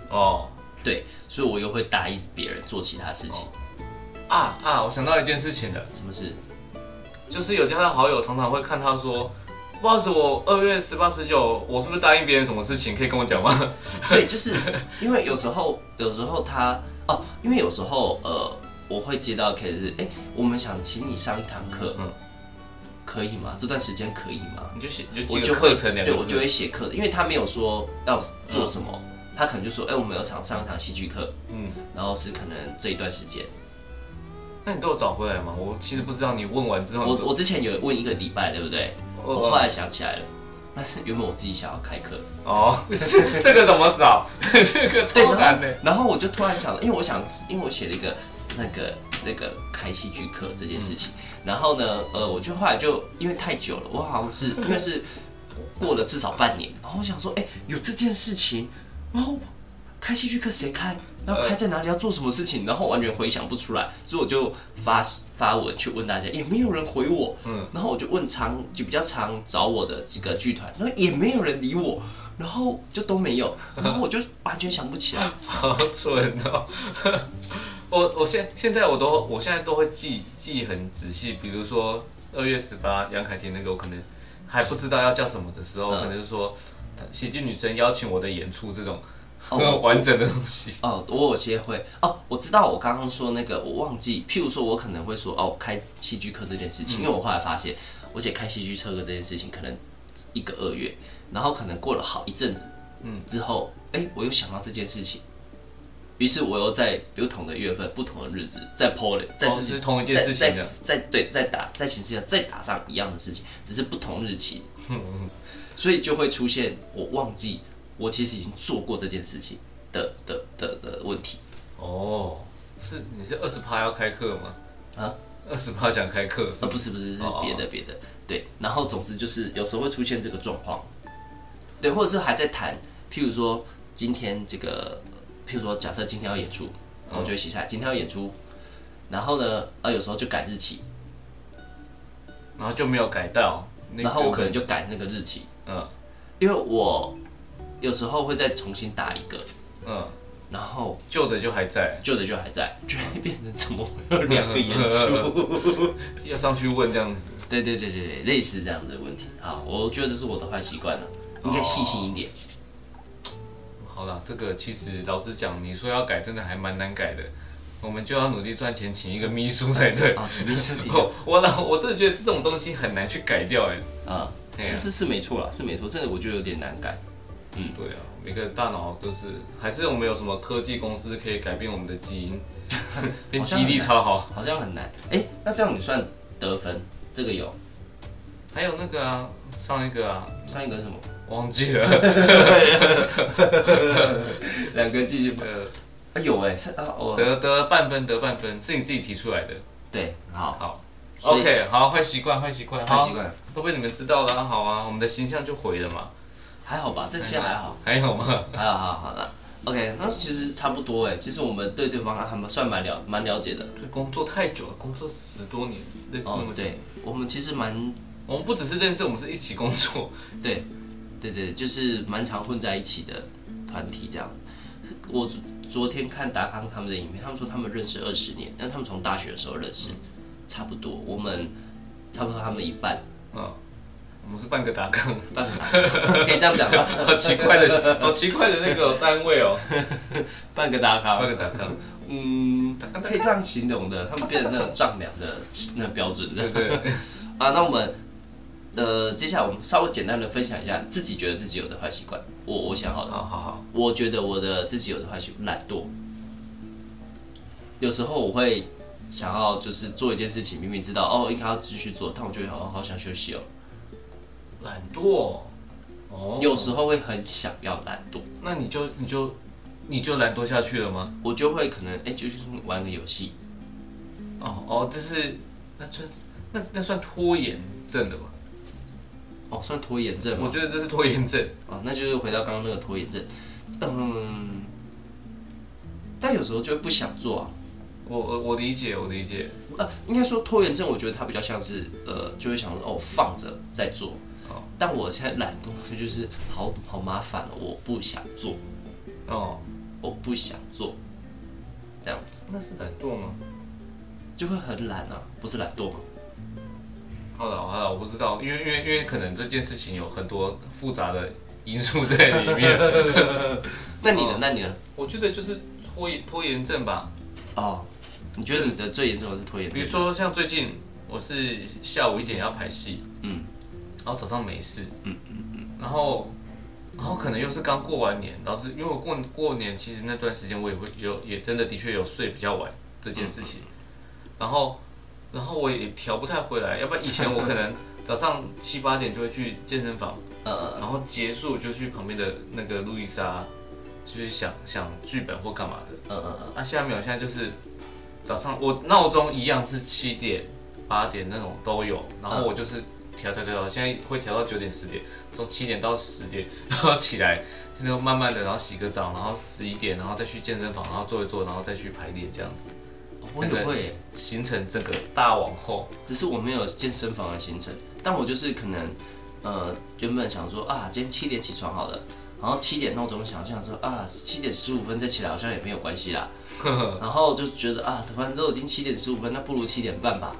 哦
对，所以我又会答应别人做其他事情。
啊啊，我想到一件事情了。
什么事？
就是有加他好友，常常会看他说。不好意思，我二月十八、十九，我是不是答应别人什么事情？可以跟我讲吗？
对，就是因为有时候，有时候他哦，因为有时候呃，我会接到 case 是，哎、我们想请你上一堂课，
嗯
可以吗？这段时间可以吗？
你就写就
我
几
就
个
会
课程两
对
个
我就
字，
会写课，因为他没有说要做什么，他可能就说，哎、我们有想上一堂戏剧课，
嗯，
然后是可能这一段时间。
那你都有找回来吗？我其实不哦知道你哦问完之后，
我我之前有问一个礼拜，对不对？
我
我后来想起来了，那是原本我自己想要开课，
哦，这这个怎么找？ 这个
对，
超
然后
难的。
然后我就突然想到，因为我想，因为我写了一个那个那个开戏剧课这件
嗯
事情，然后呢，呃，我就后来就因为太久了，我好像是因为是过了至少半年，然后我想说，哎、有这件事情，然后开戏剧课谁开？然
呃
后开在哪里？要做什么事情？然后完全回想不出来，所以我就发发文去问大家，也没有人回我。
嗯，
然后我就问常就比较常找我的几个剧团，然后也没有人理我，然后就都没有，然后我就完全想不起来。
好蠢哦！ 我我现现在我都我现在都会记记很仔细，比如说二月十八杨凯婷那个，我可能还不知道要叫什么的时候，
嗯
可能就说喜剧女生邀请我的演出这种
哦
很 完整的东西。
哦，我有些会哦，我知道我刚刚说那个，我忘记。譬如说，我可能会说哦，开戏剧课这件事情，因为我后来发现，我写开戏剧课这件事情可能一个二月，然后可能过了好一阵子，嗯，之后，哎、我又想到这件事情，于是我又在不同的月份、不同的日子，在 po 了，在
哦
自己、
是同一件事情
在
的
在在对，在打在形式上再打上一样的事情，只是不同日期，所以就会出现我忘记我其实已经做过这件事情的的的的问题。
哦，是你是二十趴要开课吗？
啊，
二十趴想开课是
啊，
吗
不是不是是
哦
别的别的，对。然后总之就是有时候会出现这个状况，对，或者是还在谈，譬如说今天这个，譬如说假设今天要演出，然后
嗯
我就会写下来今天要演出，然后呢，啊有时候就改日期，
然后就没有改到，那个
然后我可能就改那个日期，
嗯
因为我有时候会再重新打一个，
嗯，
然后
旧的就还在，
旧的就还在，就会变成怎么会有两个演 出？
要上去问这样子。
对对对对对，类似这样子的问题。好，我觉得这是我的坏习惯了，应该细心 一点。
好了，这个其实老实讲，你说要改真的还蛮难改的，我们就要努力赚钱，请一个秘书才 对。
啊，请秘书提
我我老我真的觉得这种东西很难去改掉哎、
啊，
对啊
是是是没错啦，是没错，真的我觉得有点难改。
对啊，每个大脑都是，还是我们有什么科技公司可以改变我们的基 因，变记忆力超好。
好像很难。哎、那这样你算得分，这个有
还有那个啊，上一个啊，
上一个是什么？
忘记 了，
两个继续
呃，
啊，有哎、是啊，我
得得半分得半分，是你自己提出来的。
对，好
好
所以
OK，好，坏习惯，坏习惯，
太
好
习，惯了，
都被你们知道了啊，好啊，我们的形象就毁了嘛。
还好吧，这些还好，，
还好吗？
还好，好好好了。OK，那其实差不多哎、其实我们对对方啊还蛮算蛮了蛮了解的。
对，工作太久了，工作十多年，认识那
哦
么，久，
对，我们其实蛮
我们不只是认识，我们是一起工作。
对，对对，就是蛮常混在一起的团体这样。我昨昨天看达康他们的影片，他们说他们认识二十年，但他们从大学的时候认识，差不多，我们差不多他们一半，
嗯，我们是半个打工，
半个达康，可以这样讲吗？
好奇怪的， 好奇怪的那个单位哦，
半个达
半个
康，
打工，
嗯，可以这样形容的，他们变成那种丈量的那标准这
对
样
不对？
啊。那我们呃，接下来我们稍微简单的分享一下自己觉得自己有的坏习惯。我我想好了，
好好好，
我觉得我的自己有的坏习惯懒惰，有时候我会想要就是做一件事情，明明知道哦应该要继续做，但我就会好好想休息哦。
懒惰哦，
有时候会很想要懒惰，
那你就你就你就懒惰下去了吗？
我就会可能哎、就是玩个游戏，
哦哦，这是那算那那算拖延症的吧？
哦算拖延症
我
吗？
觉得这是拖延症。
哦，那就是回到刚刚那个拖延症，嗯，但有时候就会不想做啊。
我我我理解，我理解。
呃，应该说拖延症，我觉得它比较像是呃，就会想说哦，放着再做
好。
但我现在懒惰，就是好好麻烦哦，我不想做，
哦，
我不想做，这样子
那是懒惰吗？
就会很懒啊，不是懒惰吗？
好了好了，我不知道，因为因为因为可能这件事情有很多复杂的因素在里 面。
那你呢
哦？
那你呢？
我觉得就是拖延拖延症吧。
哦，你觉得你的最严重的是拖延症？
比如说像最近我是下午一点要排戏，
嗯，
然后早上没事，嗯嗯嗯，然后然后可能又是刚过完年，导致因为我过过年其实那段时间我也会有也真的的确有睡比较晚这件事情，然后然后我也调不太回来，要不然以前我可能早上七八点就会去健身房，
呃，
然后结束就去旁边的那个路易莎，就是想想剧本或干嘛的。
呃呃呃，
那下一秒现在就是早上，我闹钟一样是七点、八点那种都有，然后
嗯
我就是调调调，现在会调到九点、十点，从七点到十点， 然后起来，现在慢慢的，然后洗个澡，然后十一点，然后再去健身房，然后做一做，然后再去排练，这样子
我也会耶，
形成整个大往后。
只是我没有健身房的行程，但我就是可能呃，原本想说啊，今天七点起床好了。然后七点闹钟响，就想说啊，七点十五分再起来好像也没有关系 啦。然后就觉得啊，反正都已经七点十五分，那不如七点半吧。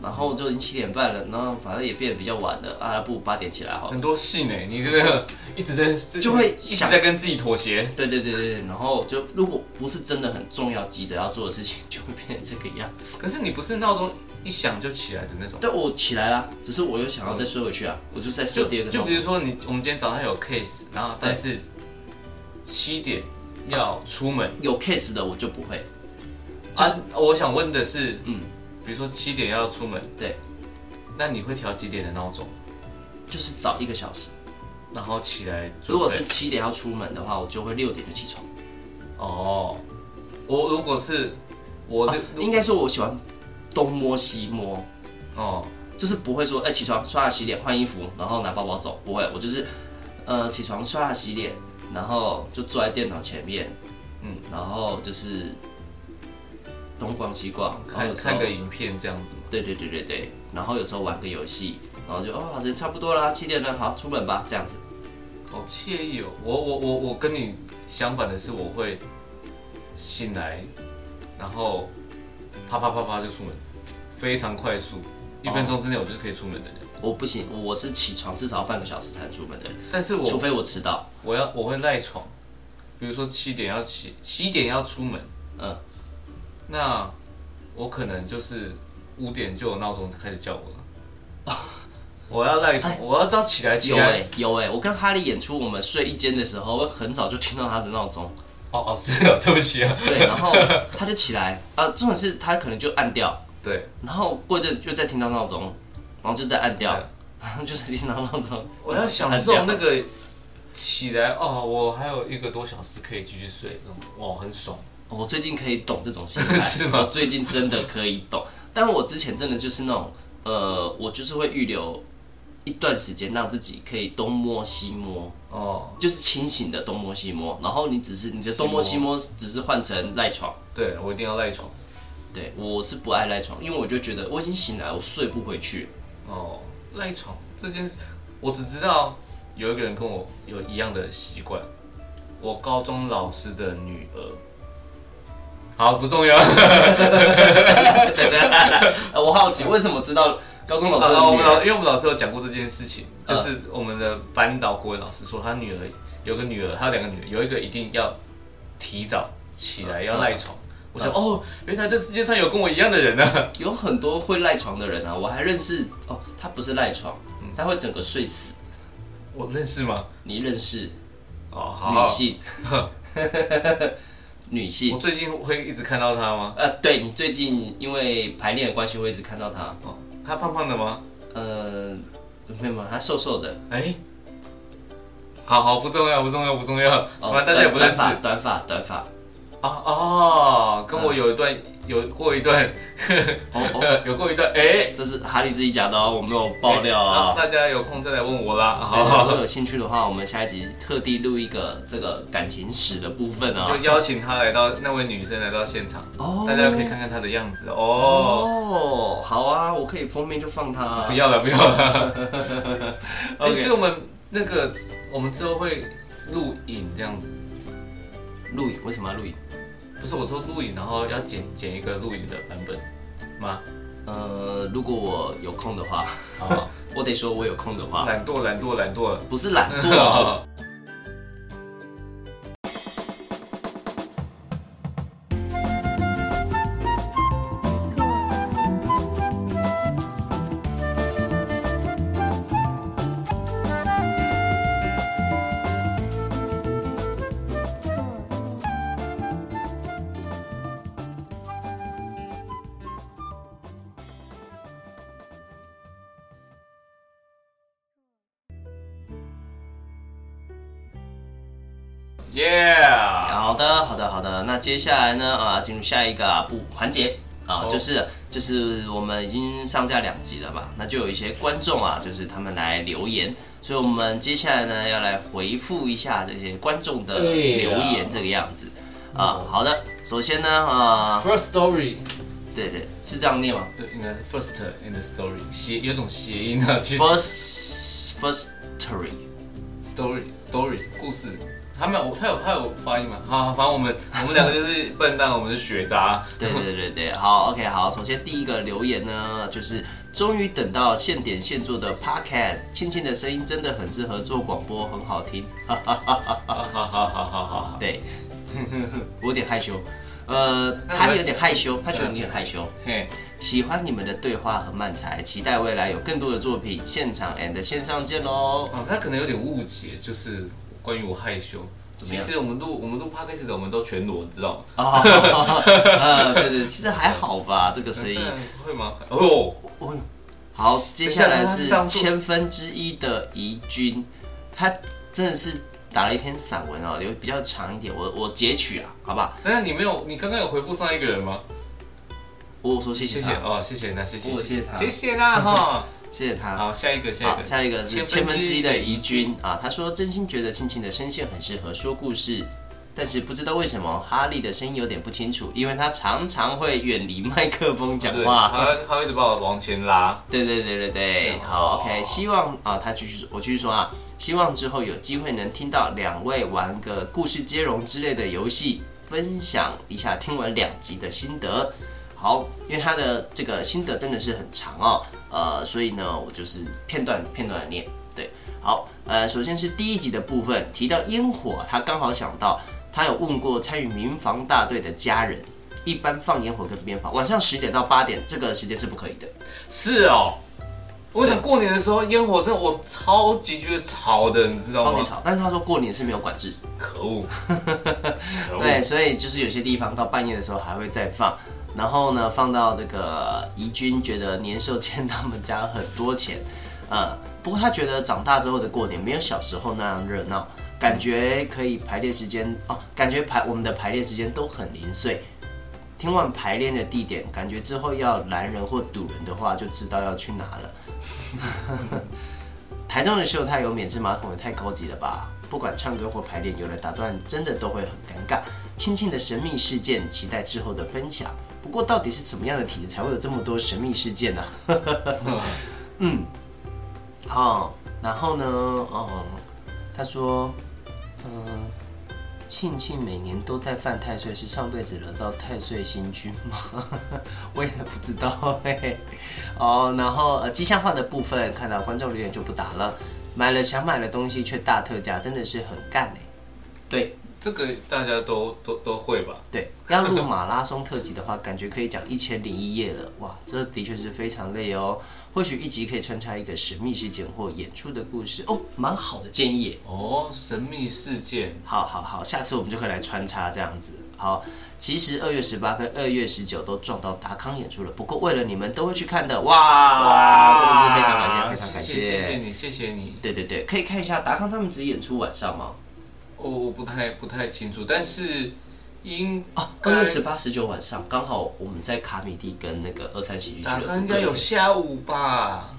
然后就已经七点半了，然后反正也变得比较晚了啊，不如八点起来好了。
很多戏呢，你这个一直在
就会
一直
想
在跟自己妥协。
对对对对，对然后就如果不是真的很重要急着要做的事情，就会变成这个样子。
可是你不是闹钟一响就起来的那种。
但我起来啦，只是我又想要再睡回去啊，我就再设
就
第二个
就
闹
比如
钟。
说你，我们今天早上有 case，然后但是七点要出门，
有 case 的我就不会。
就
啊
是我想问的是，
嗯
嗯，比如说七点要出门，
对，
那你会调几点的闹钟，
就是早一个小时。
然后起来准备？
如果是七点要出门的话，我就会六点就起床。
哦，我如果是我 的、
应该说我喜欢东摸西摸，
哦，
就是不会说哎、起床刷牙洗脸换衣服，然后拿包包走，不会。我就是呃起床刷牙洗脸，然后就坐在电脑前面，嗯
嗯，
然后就是东逛西逛，然后
看
哦有时候
看个影片这样子嘛。
对对对对对，然后有时候玩个游戏，然后就哦，好像差不多啦，七点了，好，出门吧，这样子。
好惬意哦！我我我我跟你相反的是，我会醒来，然后啪啪啪啪就出门，非常快速，一分钟之内我就是可以出门的人。
我不行，我是起床至少半个小时才出门的人，
但是
除
我
非我迟到。
我要我会赖床，比如说七点要起，七点要出门，
嗯，
那我可能就是五点就有闹钟开始叫 我了。我要赖床，我要知道起来起
哎有
来
哎、有哎、我跟哈利演出，我们睡一间的时候，我很早就听到他的闹 钟，
哦哦，是啊，对不起啊。
对，然后他就起来，啊，重点是他可能就按掉，
对，
然后过一阵又再听到闹钟，然后就再按掉，然后就再听到闹钟。
我要享
按
受
掉
那个起来哦，我还有一个多小时可以继续睡，那种哇，哦很爽。
哦我最近可以懂这种心态，
是吗
我最近真的可以懂，但我之前真的就是那种，呃，我就是会预留一段时间让自己可以东摸西摸，
哦，
就是清醒的东摸西摸，然后你只是你的东摸西
西
摸只是换成赖床。
对我一定要赖床。
对，我是不爱赖床，因为我就觉得我已经醒来，我睡不回去。
哦，赖床这件事，我只知道有一个人跟我有一样的习惯，我高中老师的女儿。好，不重要。
呃，我好奇为什么知道高中老师
好了，
的
啊我
女
们老，
儿嗯
因为我们老师有讲过这件事情，就是我们的班导国文老师说，他女儿有个女儿，他有两个女儿，有一个一定要提早起来
嗯
要赖床。我想，哦，原来这世界上有跟我一样的人啊！
有很多会赖床的人啊，我还认识哦，他不是赖床，
嗯
他会整个睡死。
我认识吗？
你认识？
哦，
女
好。
性，
哦
女
我
性。
最近会一直看到他吗？
呃，对你最近因为排练的关系，我一直看到她。
哦，他胖胖的吗？
呃，没有没有，她瘦瘦的，
哎、好好，不重要，不重要，不重要，
哦
反正大家也不认识。
短发
啊
短发短发。
哦，跟我有一段，有过一段，
哦嗯哦，
有过一段，哎、
这是哈利自己讲的哦，我没有爆料
好
啊。
大家有空再来问我啦。
对，如果
好，
有兴趣的话，我们下一集特地录一个这个感情史的部分啊
就。邀请她来到那位女生来到现场，
哦
大家可以看看她的样子哦。
哦，好啊，我可以封面就放她啊。
不要了，不要 了。
OK
哎所以我们那个，我们之后会录影这样子，
录影，为什么要录影？
不是我说录影，然后要剪剪一个录影的版本吗？
呃，如果我有空的话，
好，
我得说我有空的话，
懒惰，懒惰，懒惰。
不是懒惰啊。
Yeah，
好的，好的，好的。那接下来呢？啊，进入下一个部环节啊，
好
就是就是我们已经上架两集了吧？那就有一些观众啊，就是他们来留言，所以我们接下来呢要来回复一下这些观众的
对
啊
留
呀
言，这个样子啊。
嗯
好的，首先呢，啊，
First story，
对对，是这样念吗
对，应该是 first in the story，谐有种谐音啊，其实
？First first story。
story story 故事，他没有，他有他有发音吗？好，好反正我们我们两个就是笨蛋，我们是学渣。
对对对对，好，OK，好。首先第一个留言呢，就是终于等到现点现做的 Podcast，庆庆的声音真的很适合做广播，很好听。
好好好好好好，
对， 我有点害羞，呃，
那
他
我
有点害羞，他觉得你很害羞。
嘿，
喜欢你们的对话和漫才，期待未来有更多的作品，现场 and 线上见喽。
哦，他可能有点误解，就是关于我害羞，
怎么
其
样？
实我们录我们录 podcast 的，我们都全裸，知道吗？
哦， 呃，对对，其实还好吧，这个声音
这。样会吗？哦，
哦好，接下来是
等一下他当作
千分之一的怡君，他真的是打了一篇散文哦，有比较长一点，我我截取啊，好不好？
但是你没有，你刚刚有回复上一个人吗？
我说谢
谢
谢
谢
他，
哦，谢谢，那谢谢
我谢
谢
谢他
谢谢 啦哈。
谢谢他。
好，下一个，下一
好，
个，
下一个是千
千
分
分
之
之
一
一
的
的
怡
宜
君啊，他说真心觉得庆庆的声线很适合说故事，但是不知道为什么哈利的声音有点不清楚，因为他常常会远离麦克风讲
啊对，
话。
他他会一直把我往前拉。
对对对对对，好，OK，希望啊，他继续我继续说啊，希望之后有机会能听到两位玩个故事接龙之类的游戏，分享一下听完两集的心得。好，因为他的这个心得真的是很长哦，呃，所以呢，我就是片段片段的念。对，好，呃，首先是第一集的部分提到烟火，他刚好想到他有问过参与民防大队的家人，一般放烟火跟鞭炮，晚上十点到八点这个时间是不可以的。
是哦，我想过年的时候烟火真的我超级觉得吵的，你知道
超
吗
级？吵。但是他说过年是没有管制，
可恶，可
对，
恶，
所以就是有些地方到半夜的时候还会再放。然后呢，放到这个怡君觉得年兽欠他们家很多钱，呃，不过他觉得长大之后的过年没有小时候那样热闹，感觉可以排练时间哦，感觉排我们的排练时间都很零碎。听完排练的地点，感觉之后要拦人或堵人的话，就知道要去哪了。台中的秀泰有免治马桶也太高级了吧！不管唱歌或排练，有人打断真的都会很尴尬。亲亲的神秘事件，期待之后的分享。不过到底是什么样的体质才会有这么多神秘事件呢、 嗯，哦，然后呢，哦，他说，嗯、庆庆每年都在犯太岁，是上辈子惹到太岁星君吗？ 我也不知道嘿嘿。哦，然后呃，吉祥话的部分看到观众留言就不打了。买了想买的东西却大特价，真的是很干欸嘞、对
这个大家都都都会吧？
对，要录马拉松特辑的话，感觉可以讲一千零一夜了。哇，这的确是非常累哦。或许一集可以穿插一个神秘事件或演出的故事哦，蛮好的建议耶。
哦，神秘事件，
好好好，下次我们就可以来穿插这样子。好，其实二月十八跟二月十九都撞到达康演出了，不过为了你们都会去看的，哇，真的是非常感谢，非常感
谢谢谢
谢。
你，谢谢你。
对对对，可以看一下达康他们只演出晚上吗？
哦，我不太不太清楚，但是应
啊，
该
二月十八、十九晚上刚好我们在卡米蒂跟那个二三喜剧俱
打
乐
开
部
应该有下午吧？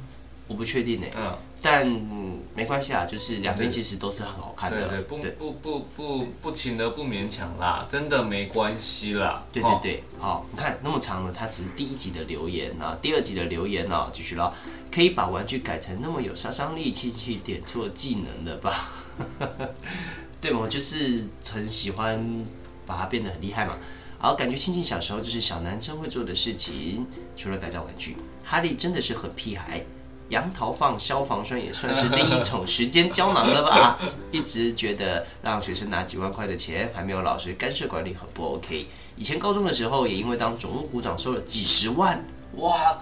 我不确定呢、
嗯，
但、嗯没关系啊，就是两边其实都是很好看的。
对对，不不不不不勤而不勉强啦，真的没关系啦。
对对
哦，
对，好、你看那么长的，它只是第一集的留言啊，第二集的留言啊，继续了，可以把玩具改成那么有杀伤力，气气点错技能了吧？ 对嘛，我就是很喜欢把它变得很厉害嘛。好，感觉庆庆小时候就是小男生会做的事情，除了改造玩具，哈利真的是很屁孩。杨桃放消防栓也算是另一种时间胶囊了吧？一直觉得让学生拿几万块的钱，还没有老师干涉管理很不 OK。以前高中的时候，也因为当总务股长收了几十万，
哇，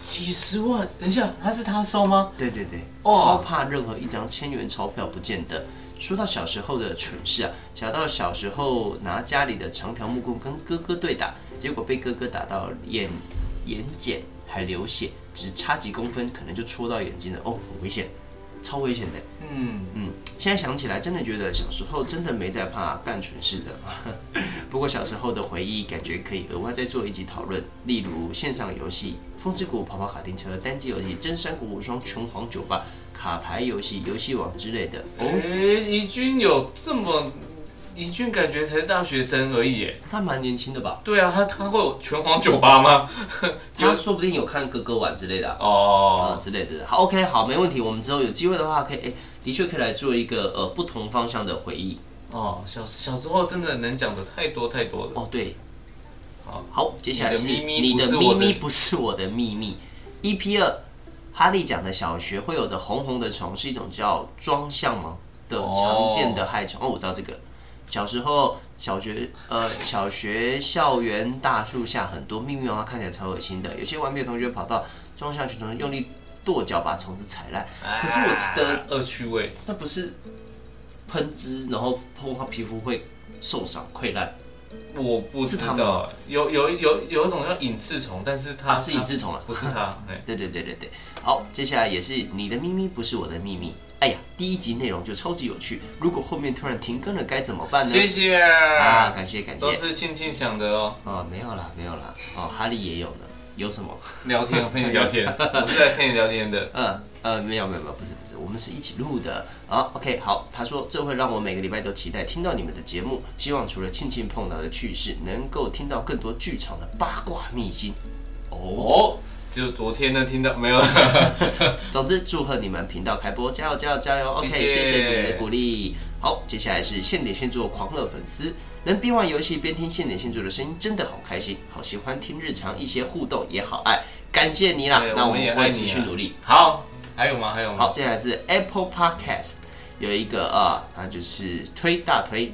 几十万！等一下，他是他收吗？
对对哦对，
哇
超怕任何一张千元钞票不见的。说到小时候的蠢事啊，想到小时候拿家里的长条木棍跟哥哥对打，结果被哥哥打到眼眼睑还流血，只差几公分可能就戳到眼睛了，哦，很危险，超危险的。
嗯，
现在想起来，真的觉得小时候真的没在怕干蠢事的。 不过小时候的回忆，感觉可以额外再做一集讨论，例如线上游戏、风之谷、跑跑卡丁车、单机游戏、真山谷无双、拳皇酒吧、卡牌游戏、游戏王之类的。
哎、
哦，
怡君有这么，怡君感觉才是大学生而已耶。
他蛮年轻的吧？
对啊，他他会有拳皇酒吧吗？
他说不定有看哥哥玩之类的啊。啊
哦，
之类的，好，OK，好，没问题。我们之后有机会的话，可以，哎、的确可以来做一个呃不同方向的回忆。
哦，小小时候真的能讲的太多太多了。
哦，对，
好，
好，接下来是
你
你
的
的
秘密
秘
不是我的
密不是我的秘密。EP 二，哈利讲的小学会有的红红的虫是一种叫庄象吗的
哦
常见的害虫？哦，我知道这个。小时候，小学呃，小学校园大树下很多密密麻麻看起来超恶心的，有些顽皮的同学跑到庄象群中用哎力跺脚把虫子踩烂。可是我记得
啊恶趣味，
那不是喷汁，然后碰到皮肤会受伤溃烂，
我不知
是他
道
吗，
有有有有一种叫隐翅虫，但是它
啊是隐翅虫啊
不是 它，哎，
对对对对对，好，接下来也是你的秘密不是我的秘密。哎呀，第一集内容就超级有趣，如果后面突然停更了该怎么办呢？
谢谢
啊，感谢感谢
都。是庆庆想的 哦，
哦，没有啦，没有啦。哦，哈利也有呢，有什么？
聊天，我陪你聊天，我是来陪你聊天的。
呃呃，没有没有没有，不是不是，我们是一起录的啊。OK，好，他说这会让我每个礼拜都期待听到你们的节目，希望除了庆庆碰到的趣事，能够听到更多剧场的八卦秘辛。哦，
哦，就昨天呢听到没有？
总之祝贺你们频道开播，加油加油加油！OK，
谢
谢
谢
谢你的鼓励。好，接下来是现点现做狂热粉丝，能边玩游戏边听现点现做的声音，真的好开心，好喜欢听日常一些互动，也好爱，感谢你啦
对，
那
我
我
们
们
也爱
会
你
持续
啊
努力。
好，还有吗？还有吗？
好，接下来是 Apple Podcast 有一个啊，他就是推大推，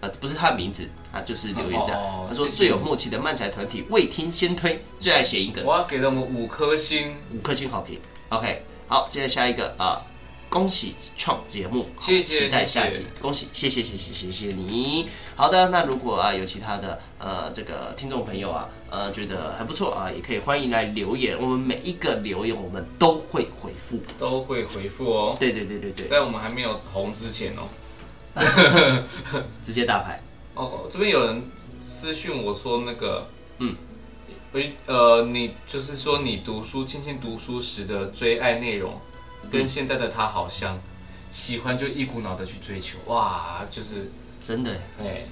呃，不是他的名字，他就是留言这样
哦，
他说
谢谢
最有默契的漫才团体，未听先推，最爱谐音梗，
我要给了我们五颗星，
五颗星好评。OK，好，接下来下一个啊。恭喜创节目，好
谢谢
期待下
谢
集
谢。
恭喜，谢谢，谢谢，谢谢你。好的，那如果啊有其他的呃这个听众朋友啊呃觉得还不错啊，也可以欢迎来留言，我们每一个留言我们都会回复。
都会回复哦。
对对对对对，
在我们还没有红之前哦。
直接打牌。
哦，这边有人私讯我说那个，
嗯，
喂，呃，你就是说你读书，青青读书时的追爱内容，
嗯
跟现在的他好像，喜欢就一股脑的去追求，哇，就是
真的耶，
哎，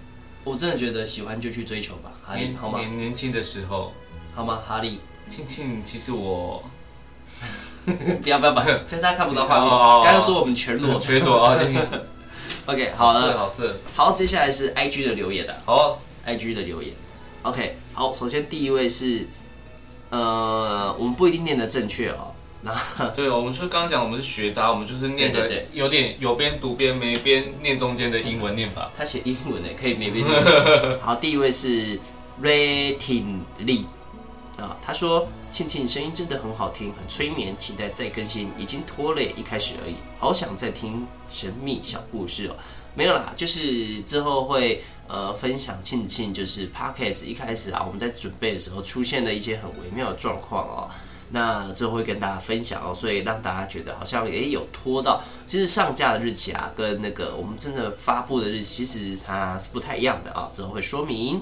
我真的觉得喜欢就去追求吧，哈利，
年
好吗？
年年轻的时候，
好吗，哈利？
青青其 实我
不要不要不要，现在大家看不到画面
哦。
刚刚说我们全裸
我缺多啊，青青
，OK，好
色
了，
好色，
好，接下来是 IG 的留言啊了
好，
，IG 的留言，OK，好，首先第一位是，呃，我们不一定念的正确哦，那
对，我们就刚刚讲，我们是学渣，我们就是念
对
个
对对
有点有边读边没边念中间的英文念法。
他写英文呢，可以没别的。好，第一位是 Rating Lee 啊，他说：“庆庆声音真的很好听，很催眠，期待再更新，已经拖累一开始而已，好想再听神秘小故事哦。”没有啦，就是之后会呃分享庆庆就是 podcast 一开始啊，我们在准备的时候出现了一些很微妙的状况哦。那之后会跟大家分享哦，所以让大家觉得好像也有拖到，其实上架的日期啊，跟那个我们真的发布的日期，其实它是不太一样的啊，之后会说明。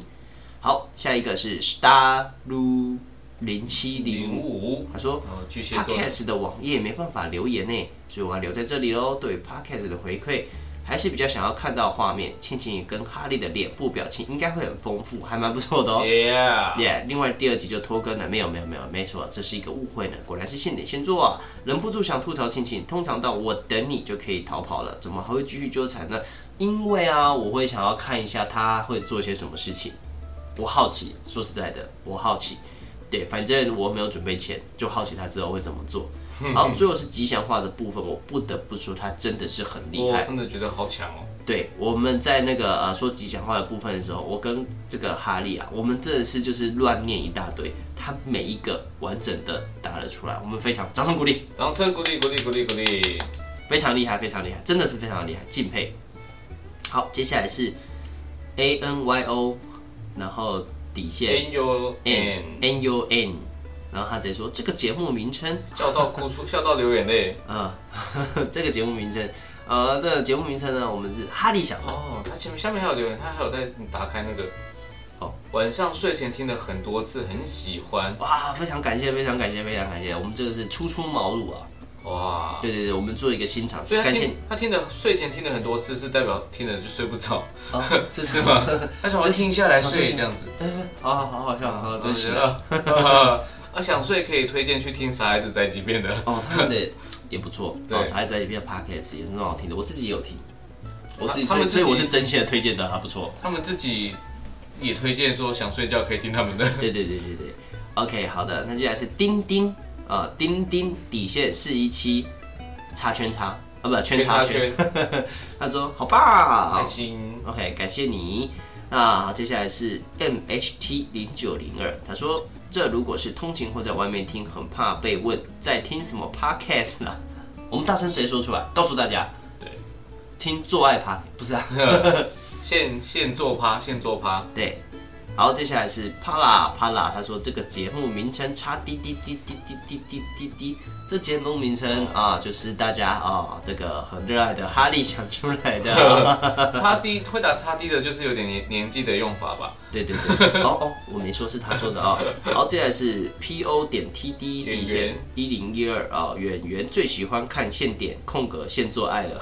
好，下一个是 star lu 零七
零
零五，
五，
他说
呃，巨蟹座，
podcast 的网页没办法留言呢，所以我要留在这里喽。对于 podcast 的回馈，还是比较想要看到画面，倩倩跟哈利的脸部表情应该会很丰富，还蛮不错的哦。
，Yeah，
耶另外第二集就拖更了，没有没有没有，没错，这是一个误会呢，果然是现点先做啊，忍不住想吐槽庆庆，通常到我等你就可以逃跑了，怎么还会继续纠缠呢？因为啊，我会想要看一下他会做些什么事情，我好奇，说实在的，我好奇，对，反正我没有准备钱，就好奇他之后会怎么做。好，最后是吉祥话的部分，我不得不说他真的是很厉
我
害，
真的觉得好强哦。
对，我们在那个呃说吉祥话的部分的时候，我跟这个哈利啊，我们真的是就是乱念一大堆，他每一个完整的打了出来，我们非常掌声鼓励，
掌声鼓励鼓励鼓励鼓励，
非常厉害，非常厉害，真的是非常厉害，敬佩。好，接下来是 A N Y O，然后底线
天佑
N
n
N U N，然后他直接说这个节目名称
笑到 哭出，笑到流眼泪。
啊、 这个节目名称，呃，这个节目名称呢，我们是哈利想的，
哦，他前面下面还有留言，他还有在打开那个，
哦，
晚上睡前听了很多次，很喜欢，
哇，非常感谢，非常感谢，非常感谢，我们这个是初出茅庐啊。
哇。
对对对，我啊们做一个新尝
所
试，
以他
感谢你
听他听的睡前听了很多次，是代表听了就睡不着，
啊，是
是吗？ 他想要听一下来
睡
睡这样子。
好好好好笑，好好真是的。
啊！ 啊，想睡可以推荐去听《傻孩子宅急便》的。
哦，他们的也不错，
对
哦，小孩子在里面的 podcast 也很好听的，我自己有听，我自己
他
所
们
以所以
自己
我是真心的推荐的，还不错。
他们自己也推荐说想睡觉可以听他们的。
对对对对对，OK，好的，那接下来是丁丁啊，丁丁底线四一七叉圈叉啊，不圈叉圈，他说好
开
棒
心。
，OK，感谢你。那接下来是 MHT 零九零二，他说这如果是通勤或在外面听，很怕被 问在听什么 podcast 呢？我们大声谁说出来？告诉大家。
对，
听做爱趴，不是啊？
现现做趴， 现做趴，
对。然后接下来是啪啦啪啦，他说这个节目名称差滴滴滴滴滴滴滴滴滴，这节目名称啊，就是大家啊这个很热爱的哈利想出来的、
擦低会打擦低的，就是有点年年纪的用 法吧。
对对对，哦哦，我没说是他说的啊、哦。然后接下来是 P O 点 T D
演
底
员
线一零一二啊，演员最喜欢看现点空格现做爱了，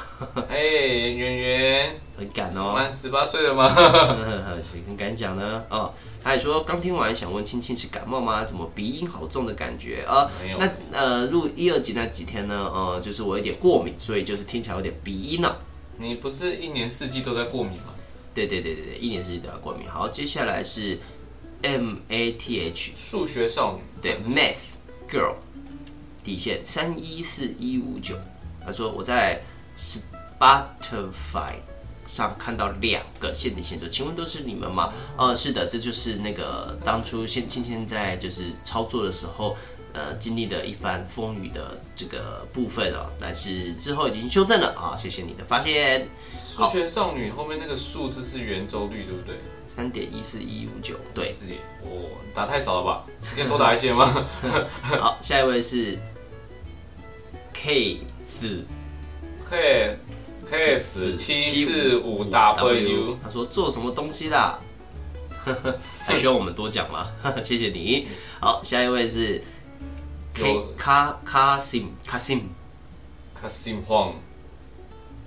哎，圆圆，
很感哦。
满十八岁了吗？
谁跟敢讲呢？哦，他还说刚听完想问青青是感冒吗？怎么鼻音好重的感觉啊、
没有
那呃录一二集那几天呢，呃，就是我有点过敏，所以就是听起来有点鼻音呢、
你不是一年四季都在过敏吗？
对对对对对，一年四季都要过敏。好，接下来是 M A T H
数学少女，
对 math girl 底线三一四一五九，他说我在 Spotify 上看到两个限定线索，请问都是你们吗？呃，是的，这就是那个当初现今天在就是操作的时候。呃，经历了一番风雨的这个部分啊、但是之后已经修正了啊，谢谢你的发现。
数学少女后面那个数字是圆周率，对不对？
三点一四一五九，对，
是耶。哦，你打太少了吧？你可以多打一些吗？
好，下一位是 K 四
嘿嘿，四七四五 W，
他说做什么东西啦？还需要我们多讲吗？ 谢谢你。好，下一位是 K
有
卡卡 sim 卡 sim，
卡心晃。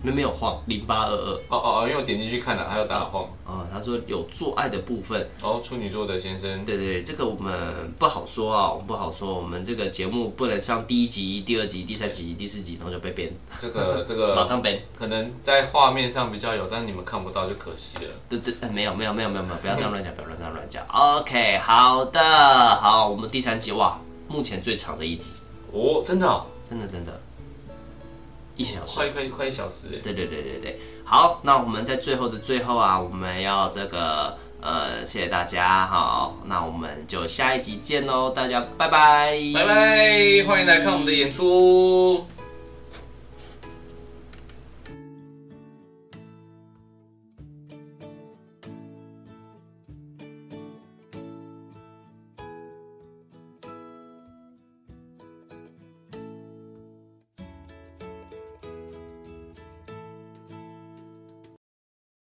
那没有晃零八二二
哦哦哦，因为我点进去看了，还有打晃。
啊。他说有做爱的部分，
哦，处女座的先生，
对对对，这个我们不好说啊，我们不好说，我们这个节目不能上第一集、第二集、第三集、第四集，然后就被 ban，
这个这
马
个
上 ban。
可能在画面上比较有，但是你们看不到就可惜了。
对对，呃没有没有没有没有没有，不要这样乱讲，不要乱这样乱讲。OK，好的，好，我们第三集哇，目前最长的一集，
哦，真的、哦，
真的真的，一小时。
快快快一小时哎。
对对对对对，好，那我们在最后的最后啊，我们要这个呃，谢谢大家，好，那我们就下一集见喽，大家拜拜，
拜拜，欢迎来看我们的演出。